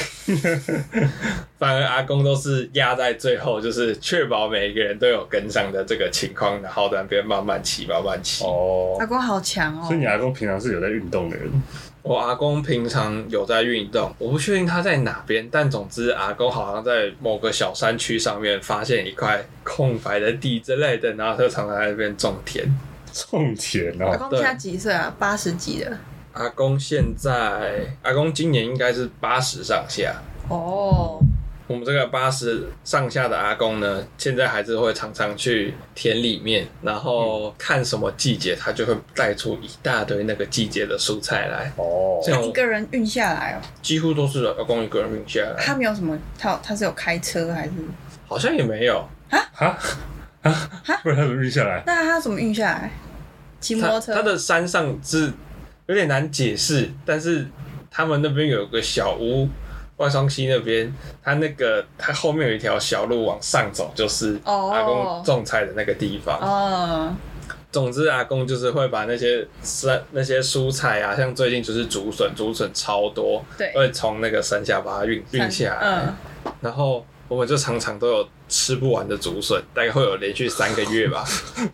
Speaker 2: 反而阿公都是压在最后，就是确保每一个人都有跟上的这个情况，然后在那边慢慢骑，慢慢骑。
Speaker 1: 哦
Speaker 3: 阿，公好强哦
Speaker 1: 所以，你阿公平常是有在运动的人，
Speaker 2: 我阿公平常有在运动，我不确定他在哪边，但总之阿公好像在某个小山区上面发现一块空白的地之类的，然后他常常在那边种田。
Speaker 1: 种田
Speaker 3: 阿
Speaker 1: 哦，
Speaker 3: 公现在几岁啊？八十几了。
Speaker 2: 阿公现在，阿公今年应该是八十上下，
Speaker 3: 哦，
Speaker 2: 我们这个八十上下的阿公呢，现在还是会常常去田里面，然
Speaker 3: 嗯
Speaker 2: 后看什么季节，他就会带出一大堆那个季节的蔬菜来。
Speaker 1: 哦，
Speaker 2: 这样
Speaker 3: 一个人运下来哦，
Speaker 2: 几乎都是阿公一个人运下来，
Speaker 3: 他没有什么，他有他是有开车还是？
Speaker 2: 好像也没有。
Speaker 1: 哈啊，不然他怎么运下来？
Speaker 3: 那他怎么运下来？骑摩
Speaker 2: 他
Speaker 3: 托车？
Speaker 2: 他的山上是有点难解释，但是他们那边有个小屋，外双溪那边，他那个他后面有一条小路往上走，就是
Speaker 3: 哦
Speaker 2: 阿公种菜的那个地方。
Speaker 3: 哦，
Speaker 2: 总之，阿公就是会把那些山、那些蔬菜啊，像最近就是竹笋，竹笋超多，
Speaker 3: 对，
Speaker 2: 会从那个山下把它运呃运下来。
Speaker 3: 嗯，
Speaker 2: 然后我们就常常都有吃不完的竹笋，大概会有连续三个月 吧，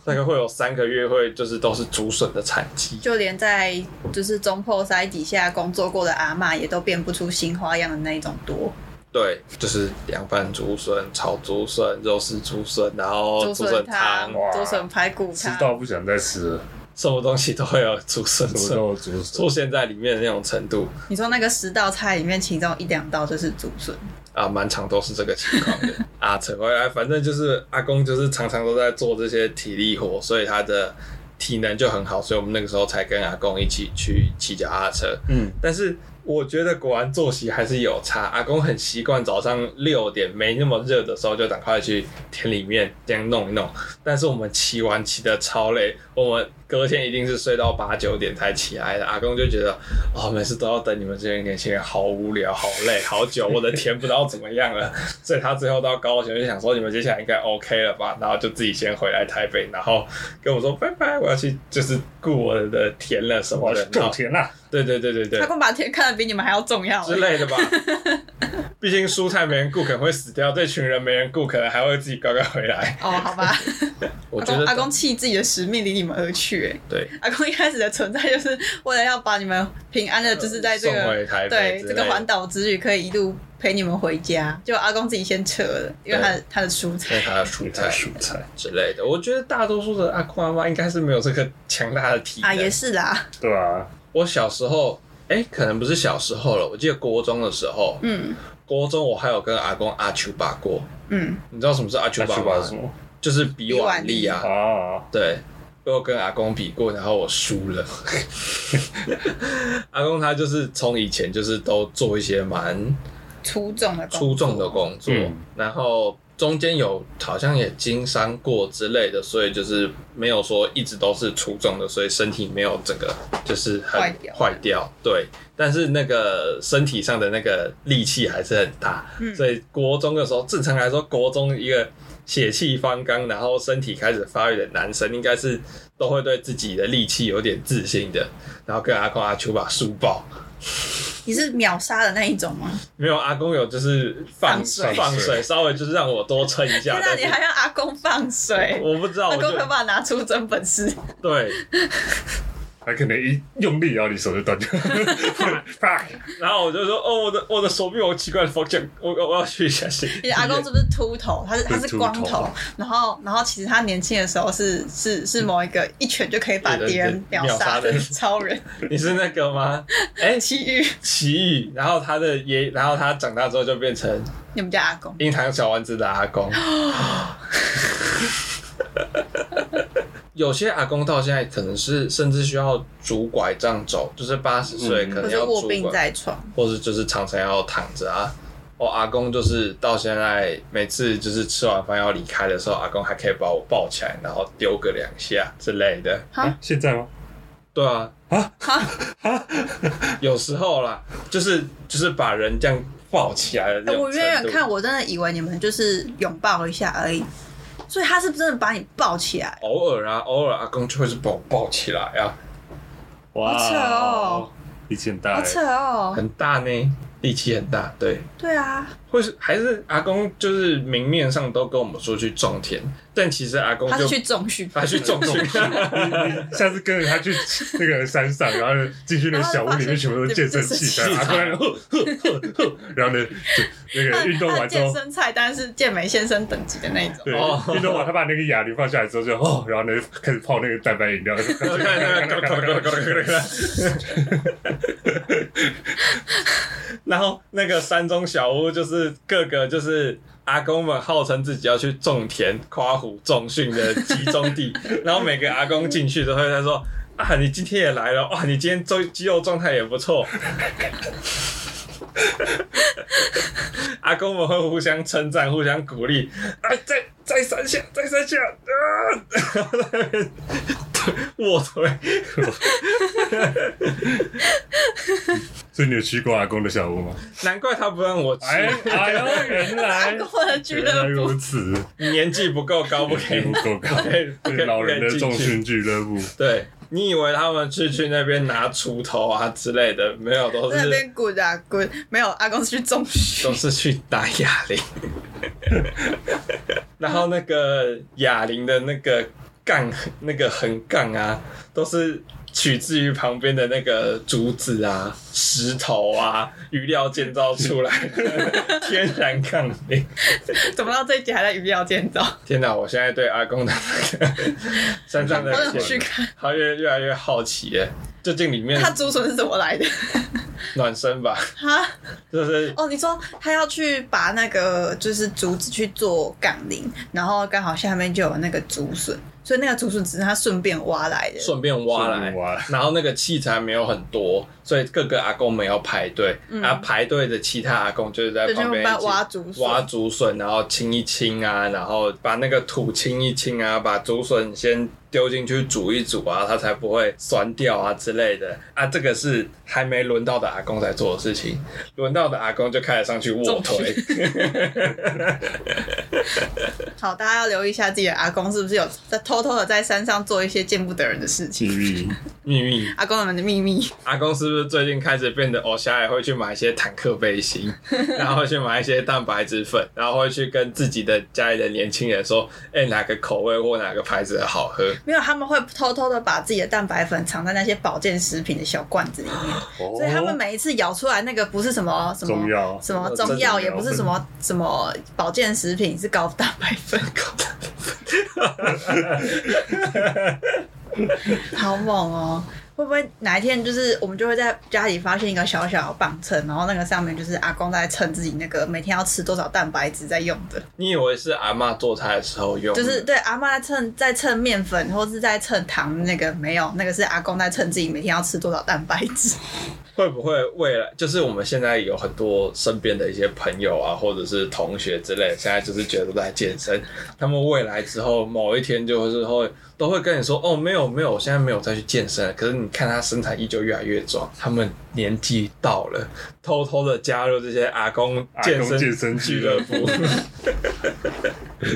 Speaker 2: 大概会有三个月会就是都是竹笋的产季。
Speaker 3: 就连在就是中破塞底下工作过的阿嬷也都变不出新花样的那一种多。
Speaker 2: 对，就是凉拌竹笋、炒竹笋、肉丝竹笋，然后哦竹
Speaker 3: 笋
Speaker 2: 笋汤，
Speaker 1: 哇
Speaker 3: 竹笋排骨
Speaker 1: 吃
Speaker 3: 汤，
Speaker 1: 到不想再吃了，
Speaker 2: 什么东西都会有竹笋
Speaker 1: 什么
Speaker 2: 出
Speaker 1: 都煮
Speaker 2: 出现在里面的那种程度
Speaker 3: 你说那个十道菜里面，其中一两道就是竹笋。
Speaker 2: 啊，满场都是这个情况的啊。扯回来，反正就是阿公就是常常都在做这些体力活，所以他的体能就很好，所以我们那个时候才跟阿公一起去骑脚踏车。
Speaker 1: 嗯，
Speaker 2: 但是我觉得果然作息还是有差。阿公很习惯早上六点没那么热的时候就赶快去田里面这样弄一弄，但是我们骑完骑的超累，我们隔天一定是睡到八九点才起来的。阿公就觉得哦，每次都要等你们这些年轻人，好无聊，好累，好久，我的田不知道怎么样了。 所以他最后到高雄就想说你们接下来应该 OK 了吧，然后就自己先回来台北，然后跟我说拜拜，我要去就是顾我的田了什么
Speaker 1: 我
Speaker 2: 的
Speaker 1: 去。哦种田啦，
Speaker 2: 对对对对对，
Speaker 3: 他光把田看得比你们还要重要
Speaker 2: 之
Speaker 3: 欸。
Speaker 2: 类的吧。 毕竟蔬菜没人顾，可能会死掉；这群人没人顾，可能还会自己乖乖回来。
Speaker 3: 哦，好吧，
Speaker 2: 我
Speaker 3: 阿
Speaker 2: 觉
Speaker 3: 公
Speaker 2: 得
Speaker 3: 阿公弃自己的使命离你们而去，哎，
Speaker 2: 对，
Speaker 3: 阿公一开始的存在就是为了要把你们平安的，就是在这
Speaker 2: 呃送
Speaker 3: 个
Speaker 2: 回台北
Speaker 3: 对
Speaker 2: 之
Speaker 3: 这
Speaker 2: 类的，
Speaker 3: 个环岛之旅可以一路陪你们回家。就阿公自己先撤了，因为他的他的蔬
Speaker 2: 所以
Speaker 3: 菜。
Speaker 2: 他的蔬菜
Speaker 1: 菜蔬菜，
Speaker 2: 之类的。我觉得大多数的阿公阿妈应该是没有这个强大的体能。
Speaker 3: 啊，也是啦，
Speaker 1: 对啊吧？
Speaker 2: 我小时候，哎、可能不是小时候了，我记得国中的时候，
Speaker 3: 嗯
Speaker 2: 国中我还有跟阿公阿丘爸过。
Speaker 3: 嗯，
Speaker 2: 你知道什么是阿丘
Speaker 1: 那
Speaker 2: 爸
Speaker 1: 去
Speaker 2: 吗
Speaker 1: 吧？什么
Speaker 2: 就是比碗力啊。
Speaker 1: 啊？
Speaker 2: 对，我有跟阿公比过，然后我输了。阿公他就是从以前就是都做一些蛮
Speaker 3: 出众的工
Speaker 2: 出众的工作，
Speaker 1: 嗯
Speaker 2: 然后中间有好像也经商过之类的，所以就是没有说一直都是出众的，所以身体没有整个就是很
Speaker 3: 坏掉
Speaker 2: 坏掉。对，但是那个身体上的那个力气还是很大，
Speaker 3: 嗯
Speaker 2: 所以国中的时候，正常来说，国中一个血气方刚，然后身体开始发育的男生，应该是都会对自己的力气有点自信的，然后跟阿公阿丘把书爆。
Speaker 3: 你是秒杀的那一种吗？
Speaker 2: 没有，阿公有就是放
Speaker 3: 放水
Speaker 2: 放水，稍微就是让我多撑一
Speaker 3: 天
Speaker 2: 下。
Speaker 3: 哪，
Speaker 2: 但是
Speaker 3: 你还让阿公放水？
Speaker 2: 我不知道，
Speaker 3: 阿
Speaker 2: 我
Speaker 3: 公
Speaker 2: 就
Speaker 3: 可把拿出真本事，
Speaker 2: 对。
Speaker 1: 他可能一用力，然后你手就断 掉，啪！
Speaker 2: 然后我就说，哦，我的我的手臂有奇怪的方向，我我我要去一下先。
Speaker 3: 你的阿公是不是 秃头？他是他
Speaker 1: 对
Speaker 3: 是光
Speaker 1: 秃
Speaker 3: 头
Speaker 1: 头，
Speaker 3: 然后然后其实他年轻的时候是是是某一个一拳就可以把
Speaker 2: 对对
Speaker 3: 别人
Speaker 2: 对
Speaker 3: 秒
Speaker 2: 秒杀
Speaker 3: 杀
Speaker 2: 的
Speaker 3: 的超人，
Speaker 2: 你是那个吗？哎、
Speaker 3: 奇遇，
Speaker 2: 奇遇。然后他的爷，然后他长大之后就变成
Speaker 3: 你们家阿公
Speaker 2: 樱桃小丸子的阿 公。有些阿公到现在可能是甚至需要拄拐杖走，就是八十岁
Speaker 1: 嗯
Speaker 2: 可
Speaker 3: 可
Speaker 2: 能
Speaker 3: 是
Speaker 2: 要
Speaker 3: 卧
Speaker 2: 拄拐
Speaker 3: 病在床，
Speaker 2: 或是就是常常要躺着啊。我、阿公就是到现在每次就是吃完饭要离开的时候，阿公还可以把我抱起来，然后丢个两下之类的。
Speaker 1: 啊，现在吗？啊
Speaker 2: 对啊，
Speaker 3: 哈，
Speaker 2: 有时候啦，就是就是把人这样抱起来的
Speaker 3: 哎
Speaker 2: 那
Speaker 3: 我
Speaker 2: 种程度。
Speaker 3: 远远看，我真的以为你们就是拥抱一下而已，所以他是真的把你抱起来，
Speaker 2: 偶尔啊，偶尔阿公就会是把我抱起来啊，
Speaker 1: 哇，
Speaker 3: 好扯哦，
Speaker 1: 力气很大
Speaker 3: 好
Speaker 1: 欸，
Speaker 3: 扯哦。
Speaker 2: 很大呢，力气很大，对。
Speaker 3: 对啊，
Speaker 2: 或是还是阿公，就是明面上都跟我们说去种田，但其实阿公
Speaker 3: 他
Speaker 2: 就是
Speaker 3: 去重训，
Speaker 2: 他去种田，
Speaker 1: 下次跟着他去那个山上，然后呢进去那个小屋里面，全部都是健身器材， 然后突然呵呵呵呵，然后呢，就那
Speaker 3: 他
Speaker 1: 个运动
Speaker 3: 他
Speaker 1: 完之后
Speaker 3: 健，身菜单是健美先生等级的那一种。
Speaker 1: 对
Speaker 2: 哦，
Speaker 1: 运动完他把那个哑铃放下来之后就哦，然后呢开始泡那个蛋白饮 料，啊
Speaker 2: 然后那个山中小屋就是各个就是阿公们号称自己要去种田、夸虎、种训的集 中地，然后每个阿公进去都会他说。啊，你今天也来了哇！你今天肌肌肉状态也 不错。阿公们会互相称赞、互相鼓励。啊，再再三下，再三下啊！然后在那边卧推，
Speaker 1: 所以你有去过阿公的小屋吗？
Speaker 2: 难怪他不让我去。
Speaker 1: 哎哎呦，原
Speaker 3: 阿
Speaker 1: 来
Speaker 3: 公的俱
Speaker 1: 原来
Speaker 3: 乐
Speaker 1: 如
Speaker 3: 部，
Speaker 1: 此，
Speaker 2: 年纪不够高，不可
Speaker 1: 地
Speaker 2: 以
Speaker 1: 不。够 高，
Speaker 2: 对不可以
Speaker 1: 是老人的重。
Speaker 2: 不可以进去
Speaker 1: 训俱乐部，
Speaker 2: 对你以为他们是去那边拿锄头啊之类的，没有，都
Speaker 3: 在那
Speaker 2: 是
Speaker 3: 边滚啊滚，没有阿公是去重 训
Speaker 2: 都，是去打哑铃。 然后那个哑铃的那个杠，那个横杠啊，都是取自于旁边的那个竹子啊、石头啊、鱼料建造出来 的天然杠铃。
Speaker 3: 怎么到这一集还在鱼料建造？
Speaker 2: 天哪！我现在对阿公的那个 山上的
Speaker 3: 我想
Speaker 2: 建
Speaker 3: 去看
Speaker 2: 他越越来越好奇耶，究竟里面
Speaker 3: 他竹笋是怎么来的？
Speaker 2: 暖身吧，
Speaker 3: 哈，
Speaker 2: 就是
Speaker 3: 哦，你说他要去把那个就是竹子去做杠铃，然后刚好下面就有那个竹笋，所以那个竹笋只是他顺便挖来的。
Speaker 2: 顺便挖
Speaker 1: 顺
Speaker 2: 来
Speaker 1: 便挖来，
Speaker 2: 然后那个器材没有很多，所以各个阿公们要排队，啊，排队的其他阿公就是在
Speaker 3: 嗯就
Speaker 2: 旁
Speaker 3: 去
Speaker 2: 边
Speaker 3: 帮
Speaker 2: 一起
Speaker 3: 挖竹笋
Speaker 2: 挖竹笋，然后清一清啊，然后把那个土清一清啊，把竹笋先丢进去煮一煮啊，它才不会酸掉啊之类的啊。这个是还没轮到的阿公在做的事情，轮到的阿公就开始上去卧推。
Speaker 3: 好，大家要留意一下自己的阿公是不是有在偷偷的在山上做一些见不得人的事情。
Speaker 1: 地
Speaker 2: 嗯
Speaker 1: 狱
Speaker 2: 秘密，
Speaker 3: 阿公们的秘密，
Speaker 2: 阿公是不是最近开始变得偶像，也会去买一些坦克背 心，然后会去买一些蛋白质粉，然后会去跟自己的家里的年轻人说，哎、哪个口味或哪个牌子的好喝？
Speaker 3: 没有他们会偷偷的把自己的蛋白粉藏在那些保健食品的小罐子里面，
Speaker 1: 哦
Speaker 3: 所以他们每一次咬出来那个不是什么什么
Speaker 1: 中药
Speaker 3: 什么
Speaker 2: 呃
Speaker 3: 中
Speaker 2: 真
Speaker 3: 药，
Speaker 1: 中
Speaker 3: 也不
Speaker 1: 药
Speaker 3: 是什么什么保健食品，是高蛋白粉。 好猛哦！会不会哪一天就是我们就会在家里发现一个小小的磅秤，然后那个上面就是阿公在称自己那个每天要吃多少蛋白质在用的，
Speaker 2: 你以为是阿嬷做菜的时候用的？
Speaker 3: 就是对阿妈在称在称面粉或是在称糖，那个没有，那个是阿公在称自己每天要吃多少蛋白质。
Speaker 2: 会不会未来就是我们现在有很多身边的一些朋友啊，或者是同学之类，现在就是觉得都在健身，他们未来之后某一天就是会都会跟你说哦，没有没有，我现在没有再去健身了。可是你看他身材依旧越来越壮，他们年纪到了，偷偷的加入这些阿公
Speaker 1: 阿
Speaker 2: 健
Speaker 1: 公
Speaker 2: 身
Speaker 1: 健身
Speaker 2: 俱
Speaker 1: 俱
Speaker 2: 乐
Speaker 1: 乐
Speaker 2: 部，
Speaker 1: 哦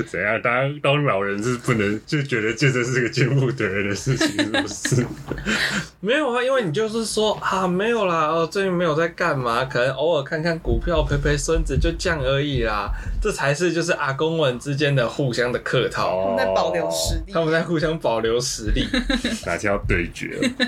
Speaker 1: 怎样？当当老人是不能就觉得健身是个见不得人的事情，是不 是？
Speaker 2: 没有啊，因为你就是说啊，没有啦，哦，最近没有在干嘛，可能偶尔看看股票，陪陪孙子，就这样而已啦。这才是就是阿公们之间的互相的客套，
Speaker 3: 在保留实力
Speaker 2: 哦他，们在互相保留实 力。
Speaker 1: 哪天要对决了？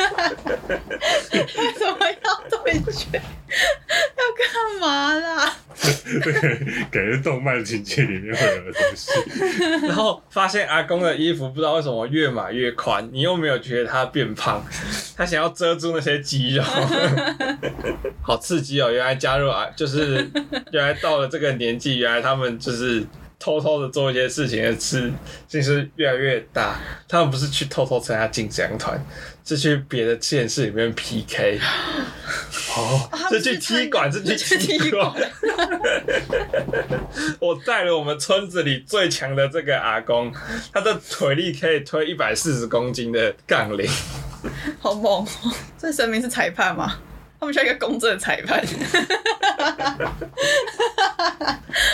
Speaker 3: 为什么要对决？要干嘛啦？
Speaker 1: 这个感觉动漫情节里面会有的东西。
Speaker 2: 然后发现阿公的衣服不知道为什么越买越宽，你又没有觉得他变胖，他想要遮住那些肌肉，好刺激哦！原来加入啊， 就是原来到了这个年纪，原来他们就是偷偷的做一些事情的刺，就是越来越大。他们不是去偷偷参加竞相团，是去别的县市里面 PK。哦
Speaker 3: 他，
Speaker 2: 是
Speaker 3: 们
Speaker 2: 去
Speaker 3: 去参
Speaker 2: 踢馆，是去
Speaker 3: 是去
Speaker 2: 踢
Speaker 3: 踢
Speaker 2: 馆。 我带了我们村子里最强的这个阿公，他的腿力可以推一百四十公斤的杠铃。
Speaker 3: 好猛、哦！所以神明是裁判吗？ 他们需要一个公正的裁判。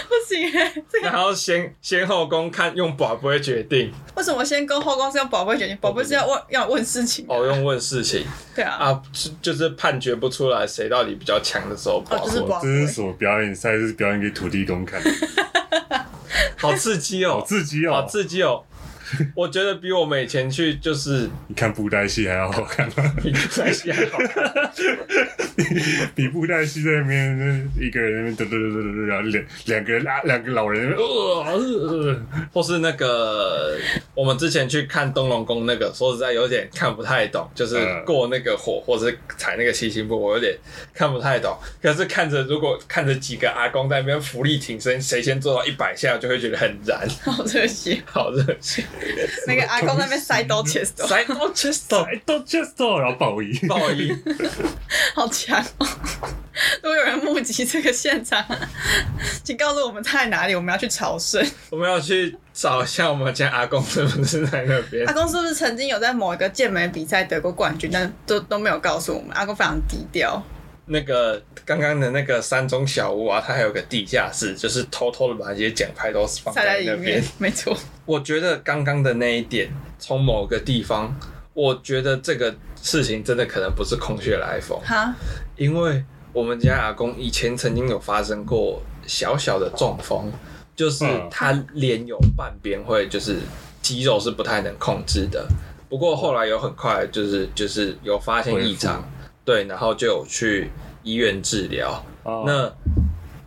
Speaker 3: 不
Speaker 4: 行哎、这个
Speaker 2: 然后先先后宫看用宝不会决定，
Speaker 4: 为什么先跟后宫是用宝贝决定？宝贝是要问要问事情，
Speaker 2: 哦，用问事情
Speaker 4: 对啊，
Speaker 2: 啊，就就是判决不出来谁到底比较强的时候，
Speaker 4: 哦，就是宝
Speaker 1: 这
Speaker 4: 贝
Speaker 1: 是。什么表演赛？是表演给土地公看的，
Speaker 2: 好刺激
Speaker 1: 好
Speaker 2: 哦，
Speaker 1: 刺激
Speaker 2: 好
Speaker 1: 哦！
Speaker 2: 刺激哦！我觉得比我们以前去就是
Speaker 1: 你看布袋戏还要好看，
Speaker 2: 比在西还好看，
Speaker 1: 比布袋戏在那边一个人在那边嘟嘟嘟嘟嘟，然后两两个人拉两个老人在那边呃呃，
Speaker 2: 或是那个我们之前去看东龙宫那个，说实在有点看不太懂，就是
Speaker 1: 嗯
Speaker 2: 过那个火或者是踩那个七星步，我有点看不太懂。可是看着如果看着几个阿公在那边浮力挺身，谁先做到一百下，就会觉得很燃，
Speaker 4: 好热血！
Speaker 2: 好热血！
Speaker 4: 那个阿公在那边塞刀切手，
Speaker 2: 塞到 chest
Speaker 1: 哎都 just 然后爆衣，
Speaker 2: 爆衣，
Speaker 4: 好强哦！如果有人目击这个现场， 请告诉我们在哪里，我们要去朝圣。
Speaker 2: 我们要去找一下我们家阿公是不是在那边
Speaker 4: 阿。公是不是曾经有在某一个健美比赛得过冠军，但都都没有告诉我们？阿公非常低调，
Speaker 2: 那个刚刚的那个山中小屋啊，它还有个地下室，就是偷偷的把这些奖牌都放
Speaker 4: 塞在
Speaker 2: 在
Speaker 4: 里
Speaker 2: 那边
Speaker 4: 面。， 没错。
Speaker 2: 我觉得刚刚的那一点，从某个地方，我觉得这个事情真的可能不是空穴来风，
Speaker 4: 哈，
Speaker 2: 因为我们家阿公以前曾经有发生过小小的中风，就是
Speaker 1: 嗯
Speaker 2: 他脸有半边会就是肌肉是不太能控制的，不过后来有很快就是就是有发现异
Speaker 1: 恢
Speaker 2: 常，对，然后就有去医院治疗，
Speaker 1: 哦
Speaker 2: 那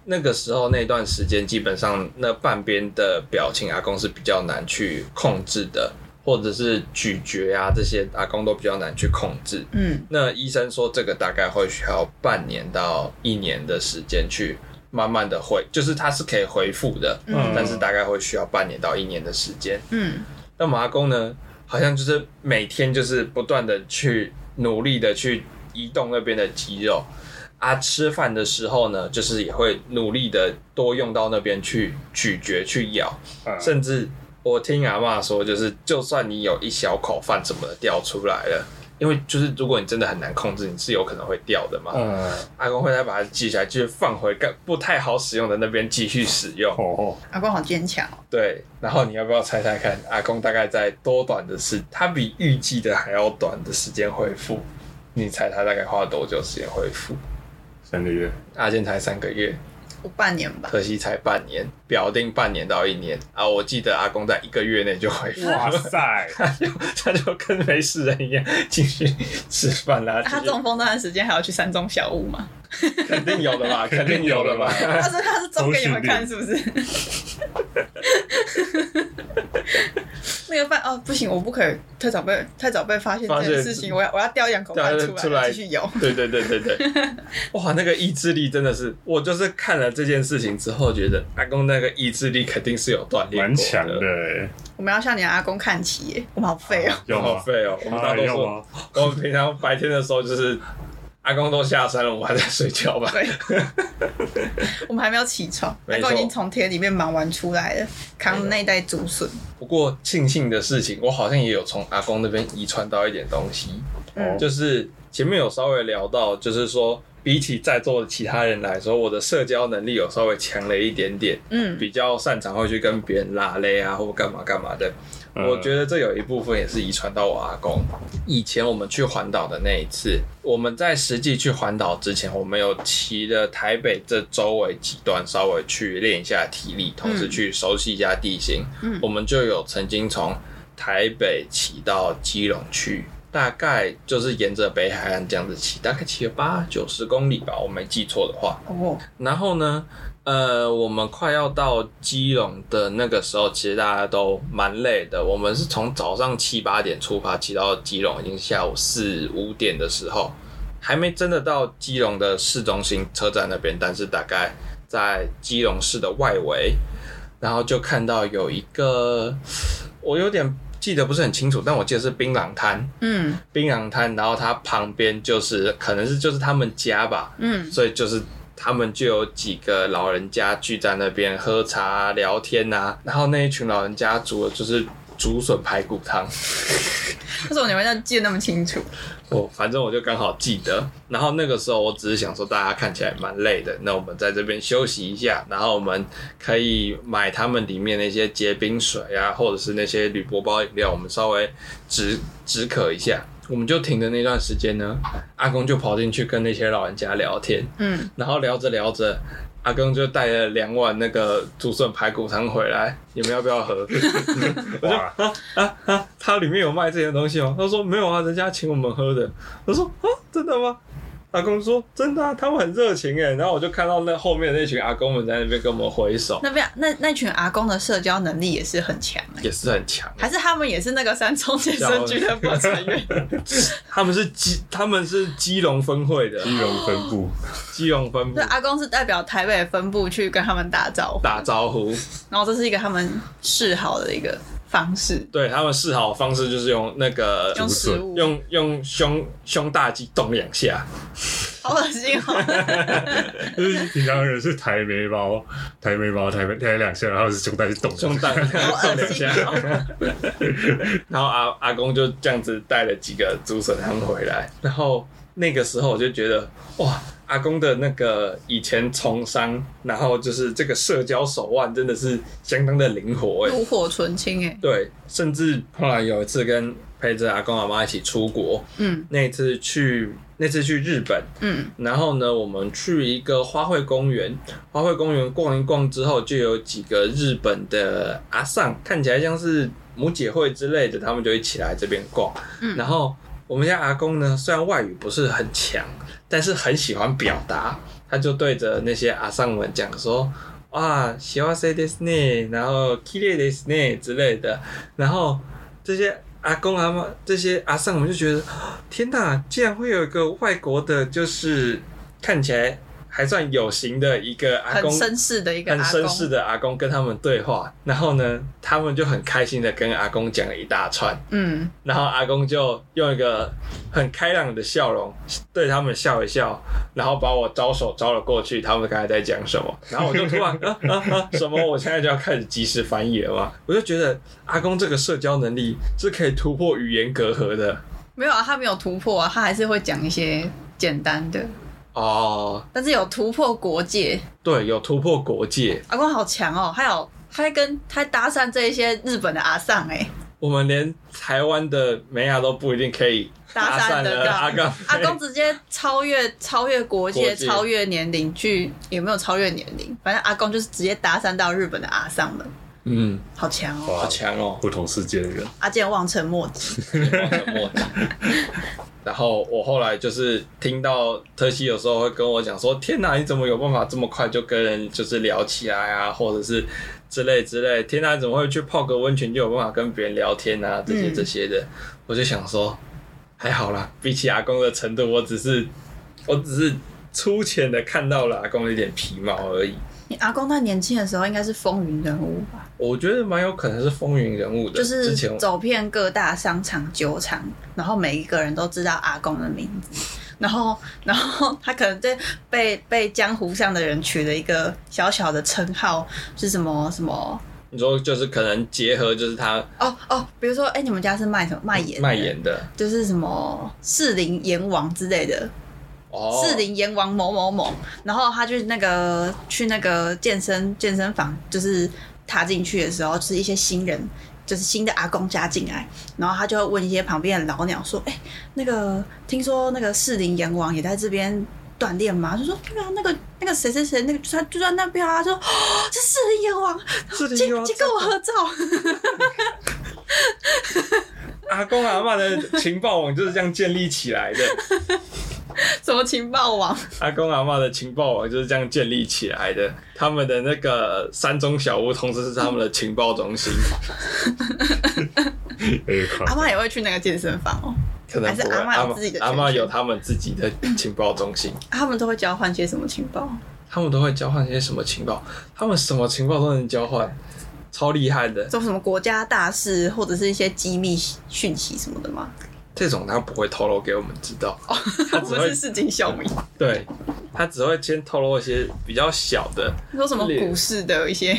Speaker 2: 那个时候那段时间，基本上那半边的表情，阿公是比较难去控制的，或者是咀嚼啊这些，阿公都比较难去控制。
Speaker 4: 嗯，
Speaker 2: 那医生说，这个大概会需要半年到一年的时间去慢慢的恢，就是它是可以恢复的，
Speaker 1: 嗯
Speaker 2: 但是大概会需要半年到一年的时间。
Speaker 4: 嗯，
Speaker 2: 那麻公呢，好像就是每天就是不断的去努力的去移动那边的肌肉啊，吃饭的时候呢，就是也会努力的多用到那边去咀嚼、去咬，
Speaker 1: 啊
Speaker 2: 甚至我听阿嬷说，就是就算你有一小口饭什么的掉出来了。因为就是，如果你真的很难控制，你是有可能会掉的嘛。
Speaker 1: 呃
Speaker 2: 阿公会再把它记起来，继续放回该不太好使用的那边继续使用。
Speaker 1: 哦
Speaker 4: 阿公好坚强哦。
Speaker 2: 对，然后你要不要猜猜看，阿公大概在多短的时，他比预计的还要短的时间恢复？你猜他大概花了多久时间恢复？
Speaker 1: 三个月，
Speaker 2: 阿健才三个月，
Speaker 4: 我半年吧，
Speaker 2: 可惜才半年，表定半年到一年啊！我记得阿公在一个月内就恢复
Speaker 1: 哇
Speaker 2: 了，
Speaker 1: 塞，
Speaker 2: 他就他就跟没事人一样继续吃饭啊 啦、
Speaker 4: 他
Speaker 2: 继续
Speaker 4: 中风那段时间还要去山中小屋 嘛？
Speaker 2: 肯定有 的吧，肯定有的吧。
Speaker 4: 他说他是中给你们看是不是？ 那个饭哦，不行，我不可以太早被太早被发现这件事情，我要我要叼一两口饭
Speaker 2: 对
Speaker 4: 出来继续咬。
Speaker 2: 对对对对 对，哇，那个意志力真的是，我就是看了这件事情之后，觉得阿公那个意志力肯定是有锻炼，
Speaker 1: 蛮强的，欸，
Speaker 4: 我们要向你的阿公看齐耶，我们好废哦。
Speaker 1: 要
Speaker 2: 好
Speaker 1: 吗？啊
Speaker 2: 废哦。我们大多
Speaker 1: 要
Speaker 2: 数，
Speaker 1: 吗？
Speaker 2: 我们平常白天的时候就是阿公都下山了，我们还在睡觉吧。
Speaker 4: 对，我们还没有起床，
Speaker 2: 没
Speaker 4: 阿
Speaker 2: 错
Speaker 4: 公已经从田里面忙完出来了，扛那一袋竹笋。
Speaker 2: 不过庆幸的事情，我好像也有从阿公那边遗传到一点东西，
Speaker 4: 嗯
Speaker 2: 就是前面有稍微聊到，就是说比起在座的其他人来说，我的社交能力有稍微强了一点点。
Speaker 4: 嗯，
Speaker 2: 比较擅长会去跟别人拉勒啊，或干嘛干嘛的。
Speaker 1: 嗯
Speaker 2: 我觉得这有一部分也是遗传到我阿公。以前我们去环岛的那一次，我们在实际去环岛之前，我们有骑了台北这周围几段，稍微去练一下体力，同时去熟悉一下地形。
Speaker 4: 嗯
Speaker 2: 我们就有曾经从台北骑到基隆去，大概就是沿着北海岸这样子骑，大概骑了八九十公里吧，我没记错的话。
Speaker 4: 哦，
Speaker 2: 然后呢，呃，我们快要到基隆的那个时候，其实大家都蛮累的。我们是从早上七八点出发，骑到基隆已经下午四五点的时候，还没真的到基隆的市中心车站那边，但是大概在基隆市的外围，然后就看到有一个，我有点记得不是很清楚，但我记得是槟榔摊，
Speaker 4: 嗯
Speaker 2: 槟榔摊，然后它旁边就是可能是就是他们家吧，
Speaker 4: 嗯
Speaker 2: 所以就是他们就有几个啊老人家聚在那边喝茶、聊天呐、然后那一群老人家煮的就是竹笋排骨汤。
Speaker 3: 为什么你们要记得那么清楚？
Speaker 2: 我反正我就刚好记得，然后那个时候我只是想说大家看起来蛮累的，那我们在这边休息一下，然后我们可以买他们里面那些结冰水啊，或者是那些铝箔包饮料，我们稍微止止渴一下。我们就停的那段时间呢，阿公就跑进去跟那些老人家聊天，
Speaker 3: 嗯，
Speaker 2: 然后聊着聊着，阿公就带了两碗那个竹笋排骨汤回来，你们要不要喝？
Speaker 1: 哦哇，
Speaker 2: 啊啊，他里面有卖这些东西吗？他说没有啊，人家请我们喝的。我说啊，真的吗？阿公说真的啊，他们很热情哎。然后我就看到那后面那群阿公们在那边跟我们挥手，
Speaker 3: 那边那那群阿公的社交能力也是很强哎、
Speaker 2: 也是很强。
Speaker 3: 还是他们也是那个山中健身俱乐部的成员？
Speaker 2: 他们是基，他们是基隆分会的，
Speaker 1: 金融分 布，
Speaker 2: 基隆分部
Speaker 3: 对， 阿公是代表台北的分部去跟他们打招呼，
Speaker 2: 打招呼。
Speaker 3: 然后这是一个他们示好的一个方式，
Speaker 2: 对他们示好的方式就是用那个
Speaker 3: 用食物，
Speaker 2: 用用胸胸大肌动两下，
Speaker 3: 好恶心哦！
Speaker 1: 就是平常人是抬眉毛，抬眉毛，抬眉抬两下，然后是胸带去动，
Speaker 2: 胸大肌
Speaker 3: 好
Speaker 2: 动
Speaker 3: 恶
Speaker 2: 两
Speaker 3: 心
Speaker 2: 下。
Speaker 3: 哦！
Speaker 2: 然后阿阿公就这样子带了几个竹笋汤回来，然后那个时候我就觉得哇，阿公的那个以前从商，然后就是这个社交手腕真的是相当的灵活哎、
Speaker 3: 炉火纯青哎、
Speaker 2: 对，甚至后来有一次跟陪着阿公阿妈一起出国，
Speaker 3: 嗯
Speaker 2: 那一次去那次去日本，
Speaker 3: 嗯，
Speaker 2: 然后呢，我们去一个花卉公园，花卉公园逛一逛之后，就有几个日本的阿桑，看起来像是母姐会之类的，他们就一起来这边逛。
Speaker 3: 嗯
Speaker 2: 然后我们家阿公呢，虽然外语不是很强，但是很喜欢表达，他就对着那些阿桑们讲说。哇，幸せですね，然后綺麗ですね之类的，然后这些阿公阿妈这些阿桑，我们就觉得天呐，竟然会有一个外国的，就是看起来还算有型的一个阿
Speaker 3: 很
Speaker 2: 公，
Speaker 3: 绅士的一个
Speaker 2: 很
Speaker 3: 阿公，
Speaker 2: 绅士的阿公跟他们对话，然后呢，他们就很开心的跟阿公讲了一大串，
Speaker 3: 嗯，
Speaker 2: 然后阿公就用一个很开朗的笑容对他们笑一笑，然后把我招手招了过去，他们刚才在讲什么，然后我就突然啊啊啊什么，我现在就要开始即时翻译了嘛，我就觉得阿公这个社交能力是可以突破语言隔阂的
Speaker 3: 没有啊，他没有突破啊，他还是会讲一些简单的，
Speaker 2: 哦。
Speaker 3: 但是有突破国界。
Speaker 2: 对，有突破国界。
Speaker 3: 阿公好强哦，还有他还跟他还搭讪这一些日本的阿桑哎、
Speaker 2: 我们连台湾的美亚都不一定可以
Speaker 3: 搭讪得
Speaker 2: 了
Speaker 3: 到
Speaker 2: 阿刚，
Speaker 3: 阿公直接超越超越国界、
Speaker 2: 国界
Speaker 3: 超越年龄去，也没有超越年龄，反正阿公就是直接搭讪到日本的阿桑们，
Speaker 2: 嗯，
Speaker 3: 好强哦！
Speaker 1: 哇
Speaker 2: 好，强哦，
Speaker 1: 不同世界的人，
Speaker 3: 阿健望尘莫及，
Speaker 2: 然后我后来就是听到特西有时候会跟我讲说：“天哪，你怎么有办法这么快就跟人就是聊起来啊，或者是之类之类？天哪，你怎么会去泡个温泉就有办法跟别人聊天啊？这些
Speaker 3: 嗯
Speaker 2: 这些的。我就想说，还好啦，比起阿公的程度，我只是我只是粗浅的看到了阿公的一点皮毛而已。
Speaker 3: 你阿公他年轻的时候应该是风云人物吧？
Speaker 2: 我觉得蛮有可能是风云人物的，
Speaker 3: 就
Speaker 2: 之
Speaker 3: 是
Speaker 2: 前
Speaker 3: 走遍各大商场、酒厂，然后每一个人都知道阿公的名字， 然后，然后他可能在被被江湖上的人取了一个小小的称号，是什么什么？
Speaker 2: 你说就是可能结合就是他
Speaker 3: 哦哦，比如说，哎、你们家是卖什么？卖盐？
Speaker 2: 卖，盐的
Speaker 3: 就是什么士林盐王之类的，
Speaker 2: 哦，
Speaker 3: 士林阎王某某某，然后他去那个去那个健身健身房，就是踏进去的时候，就是一些新人，就是新的阿公加进来，然后他就会问一些旁边的老鸟说：“哎、那个听说那个士林阎王也在这边锻炼吗？”就说：“对啊，那个那个谁谁谁，那个就在就在那边啊。”他说：“哦，是士林阎王，
Speaker 2: 士林
Speaker 3: 请
Speaker 2: 阎王
Speaker 3: 请跟我合照。
Speaker 2: 阿公阿嬷的情报网就是这样建立起来的，
Speaker 3: 什么情报网？
Speaker 2: 阿公阿嬷的情报网就是这样建立起来的。他们的那个山中小屋，同时是他们的情报中心，
Speaker 1: 哎呦，靠
Speaker 2: 啊
Speaker 3: 阿妈也会去那个健身房哦，
Speaker 2: 可能不会。
Speaker 3: 还是阿嬷
Speaker 2: 阿
Speaker 3: 有
Speaker 2: 嬷
Speaker 3: 自己的
Speaker 2: 阿
Speaker 3: 圈
Speaker 2: 嬷
Speaker 3: 圈
Speaker 2: 有他们自己的情报中心，
Speaker 3: 啊他们都会交换些什么情报？
Speaker 2: 他们都会交换些什么情报，他们什么情报都能交换，超厉害的。
Speaker 3: 做什么国家大事或者是一些机密讯息什么的吗？
Speaker 2: 这种他不会透露给我们知道，他
Speaker 3: 哦我
Speaker 2: 只
Speaker 3: 们
Speaker 2: 会
Speaker 3: 是市井小民，
Speaker 2: 对他只会先透露一些比较小的，
Speaker 3: 说什么股市的一些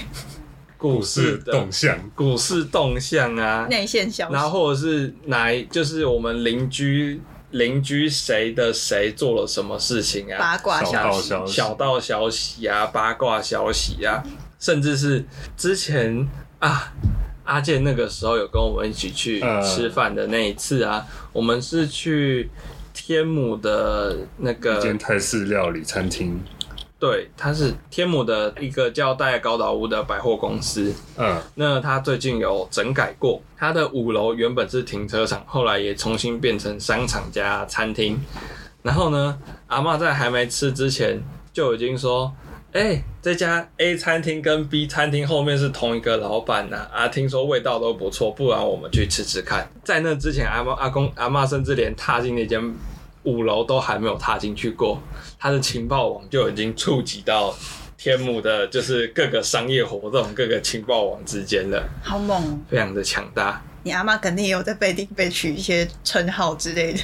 Speaker 2: 股
Speaker 1: 股市
Speaker 2: 市的
Speaker 1: 动向，
Speaker 2: 股市动向啊，
Speaker 3: 内线消息
Speaker 2: 然，后或者是哪一，就是我们邻居邻居谁的谁做了什么事情啊，
Speaker 3: 八卦
Speaker 1: 小道
Speaker 3: 消息，
Speaker 1: 消息，
Speaker 2: 小道消息啊，八卦消息啊，甚至是之前啊。阿健那个时候有跟我们一起去
Speaker 1: 呃
Speaker 2: 吃饭的那一次啊，我们是去天母的那个
Speaker 1: 一间泰式料理餐厅，
Speaker 2: 对，它是天母的一个叫戴高岛屋的百货公司。
Speaker 1: 嗯，
Speaker 2: 那它最近有整改过，它的五楼原本是停车场，后来也重新变成商场加餐厅。然后呢，阿嬷在还没吃之前就已经说：“哎、这家 A 餐厅跟 B 餐厅后面是同一个老板呐、啊，听说味道都不错，不然我们去吃吃看。”在那之前，阿嬷、阿公、阿嬷甚至连踏进那间五楼都还没有踏进去过，他的情报网就已经触及到天母的，就是各个商业活动、各个情报网之间了，
Speaker 3: 好猛哦！
Speaker 2: 非常的强大。
Speaker 3: 你阿妈肯定也有在背地被取一些称号之类的，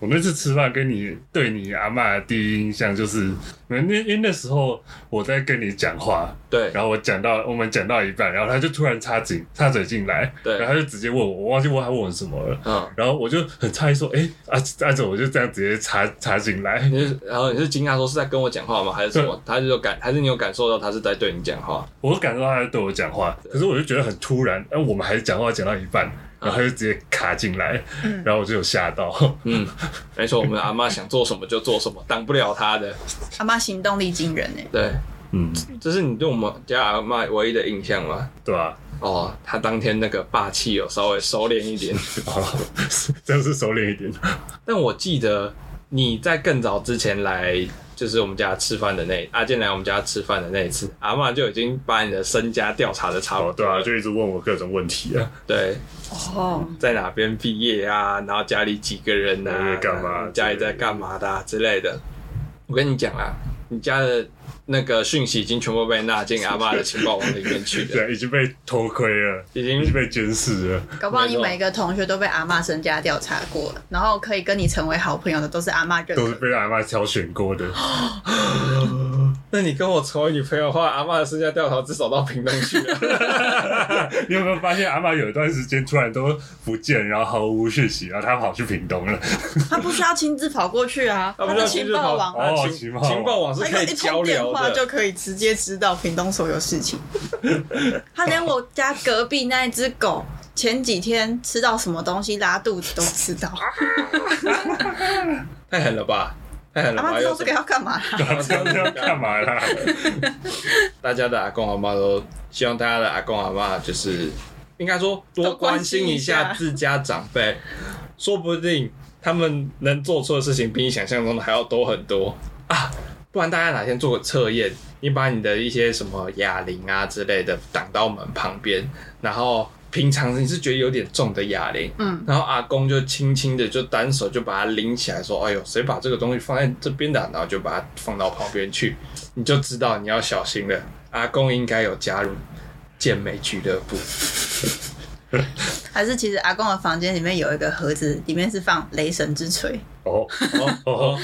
Speaker 1: 我那次吃饭跟你对你阿嬷的第一印象就是，那因为那时候我在跟你讲话，
Speaker 2: 对，
Speaker 1: 然后我讲到我们讲到一半，然后他就突然插进插嘴进来，
Speaker 2: 对
Speaker 1: 然后他就直接问我，我忘记问他问我什么了，
Speaker 2: 嗯，
Speaker 1: 然后我就很诧异说，哎、阿阿总，我就这样直接插插进来，
Speaker 2: 你是然后你是惊讶说是在跟我讲话吗？还是什么？他就有感还是你有感受到他是在对你讲话？
Speaker 1: 我感受到他在对我讲话，可是我就觉得很突然，哎、我们还讲话讲到一
Speaker 2: 嗯
Speaker 1: 半，然后他就直接卡进来，然后我就有吓到，
Speaker 2: 嗯，没错，我们阿妈想做什么就做什么，挡不了他的。
Speaker 3: 阿妈行动力惊人哎、
Speaker 2: 对，
Speaker 1: 嗯，
Speaker 2: 这是你对我们家阿妈唯一的印象吗？
Speaker 1: 对吧、
Speaker 2: 哦，他当天那个霸气有稍微收敛一点，
Speaker 1: 哦，这样是收敛一点，
Speaker 2: 但我记得你在更早之前来，就是我们家吃饭的那阿健来我们家吃饭的那一次，阿嬷就已经把你的身家调查的差不
Speaker 1: 哦，
Speaker 2: 多
Speaker 1: 对啊，
Speaker 2: 了。
Speaker 1: 就一直问我各种问题 啊，
Speaker 2: 对，
Speaker 3: 哦，
Speaker 2: 在哪边毕业啊，然后家里几个人啊，
Speaker 1: 在干嘛
Speaker 2: 家里在干嘛的、啊、之类的。我跟你讲啊，你家的那个讯息已经全部被纳进阿嬷的情报网里面去了，
Speaker 1: 对，已经被偷窥了，
Speaker 2: 已
Speaker 1: 已经
Speaker 2: 经
Speaker 1: 被监视了，
Speaker 3: 搞不好
Speaker 2: 没
Speaker 3: 你
Speaker 2: 错
Speaker 3: 每个同学都被阿妈身家调查过了，然后可以跟你成为好朋友的都是阿妈认
Speaker 1: 都是
Speaker 3: 可。
Speaker 1: 被阿妈挑选过的。
Speaker 2: 那你跟我成为女朋友的话，阿嬷的私家调查至少到屏东去啊了。
Speaker 1: 你有没有发现阿妈有一段时间突然都不见，然后毫无讯息，然后她跑去屏东了？
Speaker 3: 他不需要亲自跑过去啊，
Speaker 2: 他不
Speaker 3: 他
Speaker 2: 需要
Speaker 3: 的
Speaker 2: 亲
Speaker 3: 情
Speaker 2: 自跑
Speaker 3: 报网，
Speaker 1: 哦
Speaker 2: 啊
Speaker 1: 情
Speaker 2: 情
Speaker 1: 报网
Speaker 2: 情报网是
Speaker 3: 他
Speaker 2: 可以
Speaker 3: 一
Speaker 2: 交
Speaker 3: 通电
Speaker 2: 流
Speaker 3: 话
Speaker 2: 的，
Speaker 3: 就可以直接知道屏东所有事 情。他连我家隔壁那一只狗前几天吃到什么东西拉肚子都知 道，
Speaker 2: 太狠了吧！太狠了
Speaker 3: 阿
Speaker 2: 吧！
Speaker 3: 妈知
Speaker 2: 有
Speaker 3: 道
Speaker 2: 什
Speaker 3: 这个
Speaker 2: 么
Speaker 3: 要干嘛啦？
Speaker 1: 她知道要干嘛啦？
Speaker 2: 大家的阿公阿妈都希望大家的阿公阿妈就是应该说多
Speaker 3: 多关
Speaker 2: 关心
Speaker 3: 心
Speaker 2: 一
Speaker 3: 一
Speaker 2: 下
Speaker 3: 下
Speaker 2: 自家长辈，说不定他们能做出的事情比你想象中的还要多很多啊！不然大家哪天做个测验，你把你的一些什么哑铃啊之类的挡到门旁边，然后。平常你是觉得有点重的哑铃，
Speaker 3: 嗯，
Speaker 2: 然后阿公就轻轻的就单手就把它拎起来，说：“哎呦，谁把这个东西放在这边的啊？”然后就把它放到旁边去。你就知道你要小心了。阿公应该有加入健美俱乐部，
Speaker 3: 还是其实阿公的房间里面有一个盒子，里面是放雷神之锤。
Speaker 1: 哦
Speaker 2: 哦 哦，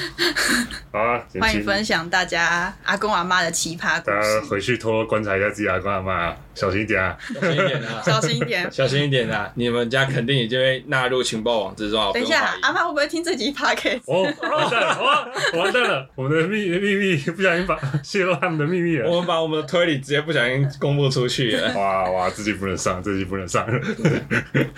Speaker 1: 好啊，
Speaker 2: 嗯
Speaker 1: 简
Speaker 3: 欢
Speaker 1: 七
Speaker 3: 迎分享大家阿公阿妈的奇葩故
Speaker 1: 大家
Speaker 3: 事，
Speaker 1: 回去偷偷观察一下自己阿公阿妈、啊，小心一点啊！
Speaker 2: 小心一点啊！
Speaker 3: 小心一 点。
Speaker 2: 小心一点啊！你们家肯定已经被纳入情报网之中啊！
Speaker 3: 等一
Speaker 2: 不
Speaker 3: 下
Speaker 2: 用怀，疑
Speaker 3: 阿妈会不会听这集 podcast？
Speaker 1: 哦，完蛋了，哦，完蛋了，我们的秘秘密不小心把泄露他们的秘密
Speaker 3: 哦
Speaker 1: 了。
Speaker 2: 我们把我们的推理直接不小心公布出去了。
Speaker 1: 哇哇，自己不能上，自己不能上。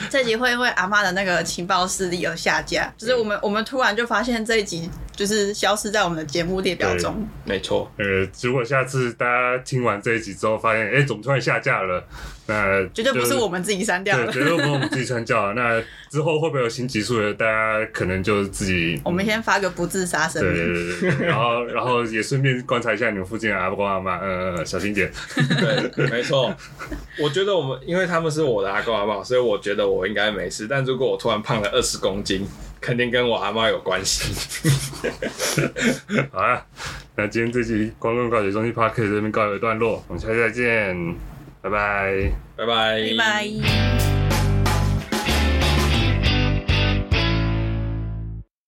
Speaker 3: 这集会因为阿妈的那个情报势力而下架，就是我们我们突然就发现这一集就是消失在我们的节目列表中。
Speaker 2: 没错，
Speaker 1: 呃，如果下次大家听完这一集之后发现，哎、怎么突然下架了？那
Speaker 3: 绝对不是
Speaker 1: 就
Speaker 3: 我们自己删掉
Speaker 1: 对，
Speaker 3: 的。
Speaker 1: 绝对不是我们自己传教啊。那之后会不会有新集数的？大家可能就自己
Speaker 3: 我们先发个不自杀声
Speaker 1: 对
Speaker 3: 明，
Speaker 1: 对对 对，然后然后也顺便观察一下你们附近的阿公阿妈，呃，小心点。
Speaker 2: 对，没错。我觉得我们，因为他们是我的阿公阿妈，所以我觉得我应该没事。但如果我突然胖了二十公斤，肯定跟我阿妈有关系。
Speaker 1: 好啊，那今天这集《光棍告解中心 Park》这边告一个段落，我们下期再见，拜拜。
Speaker 2: 拜拜，
Speaker 3: 拜拜。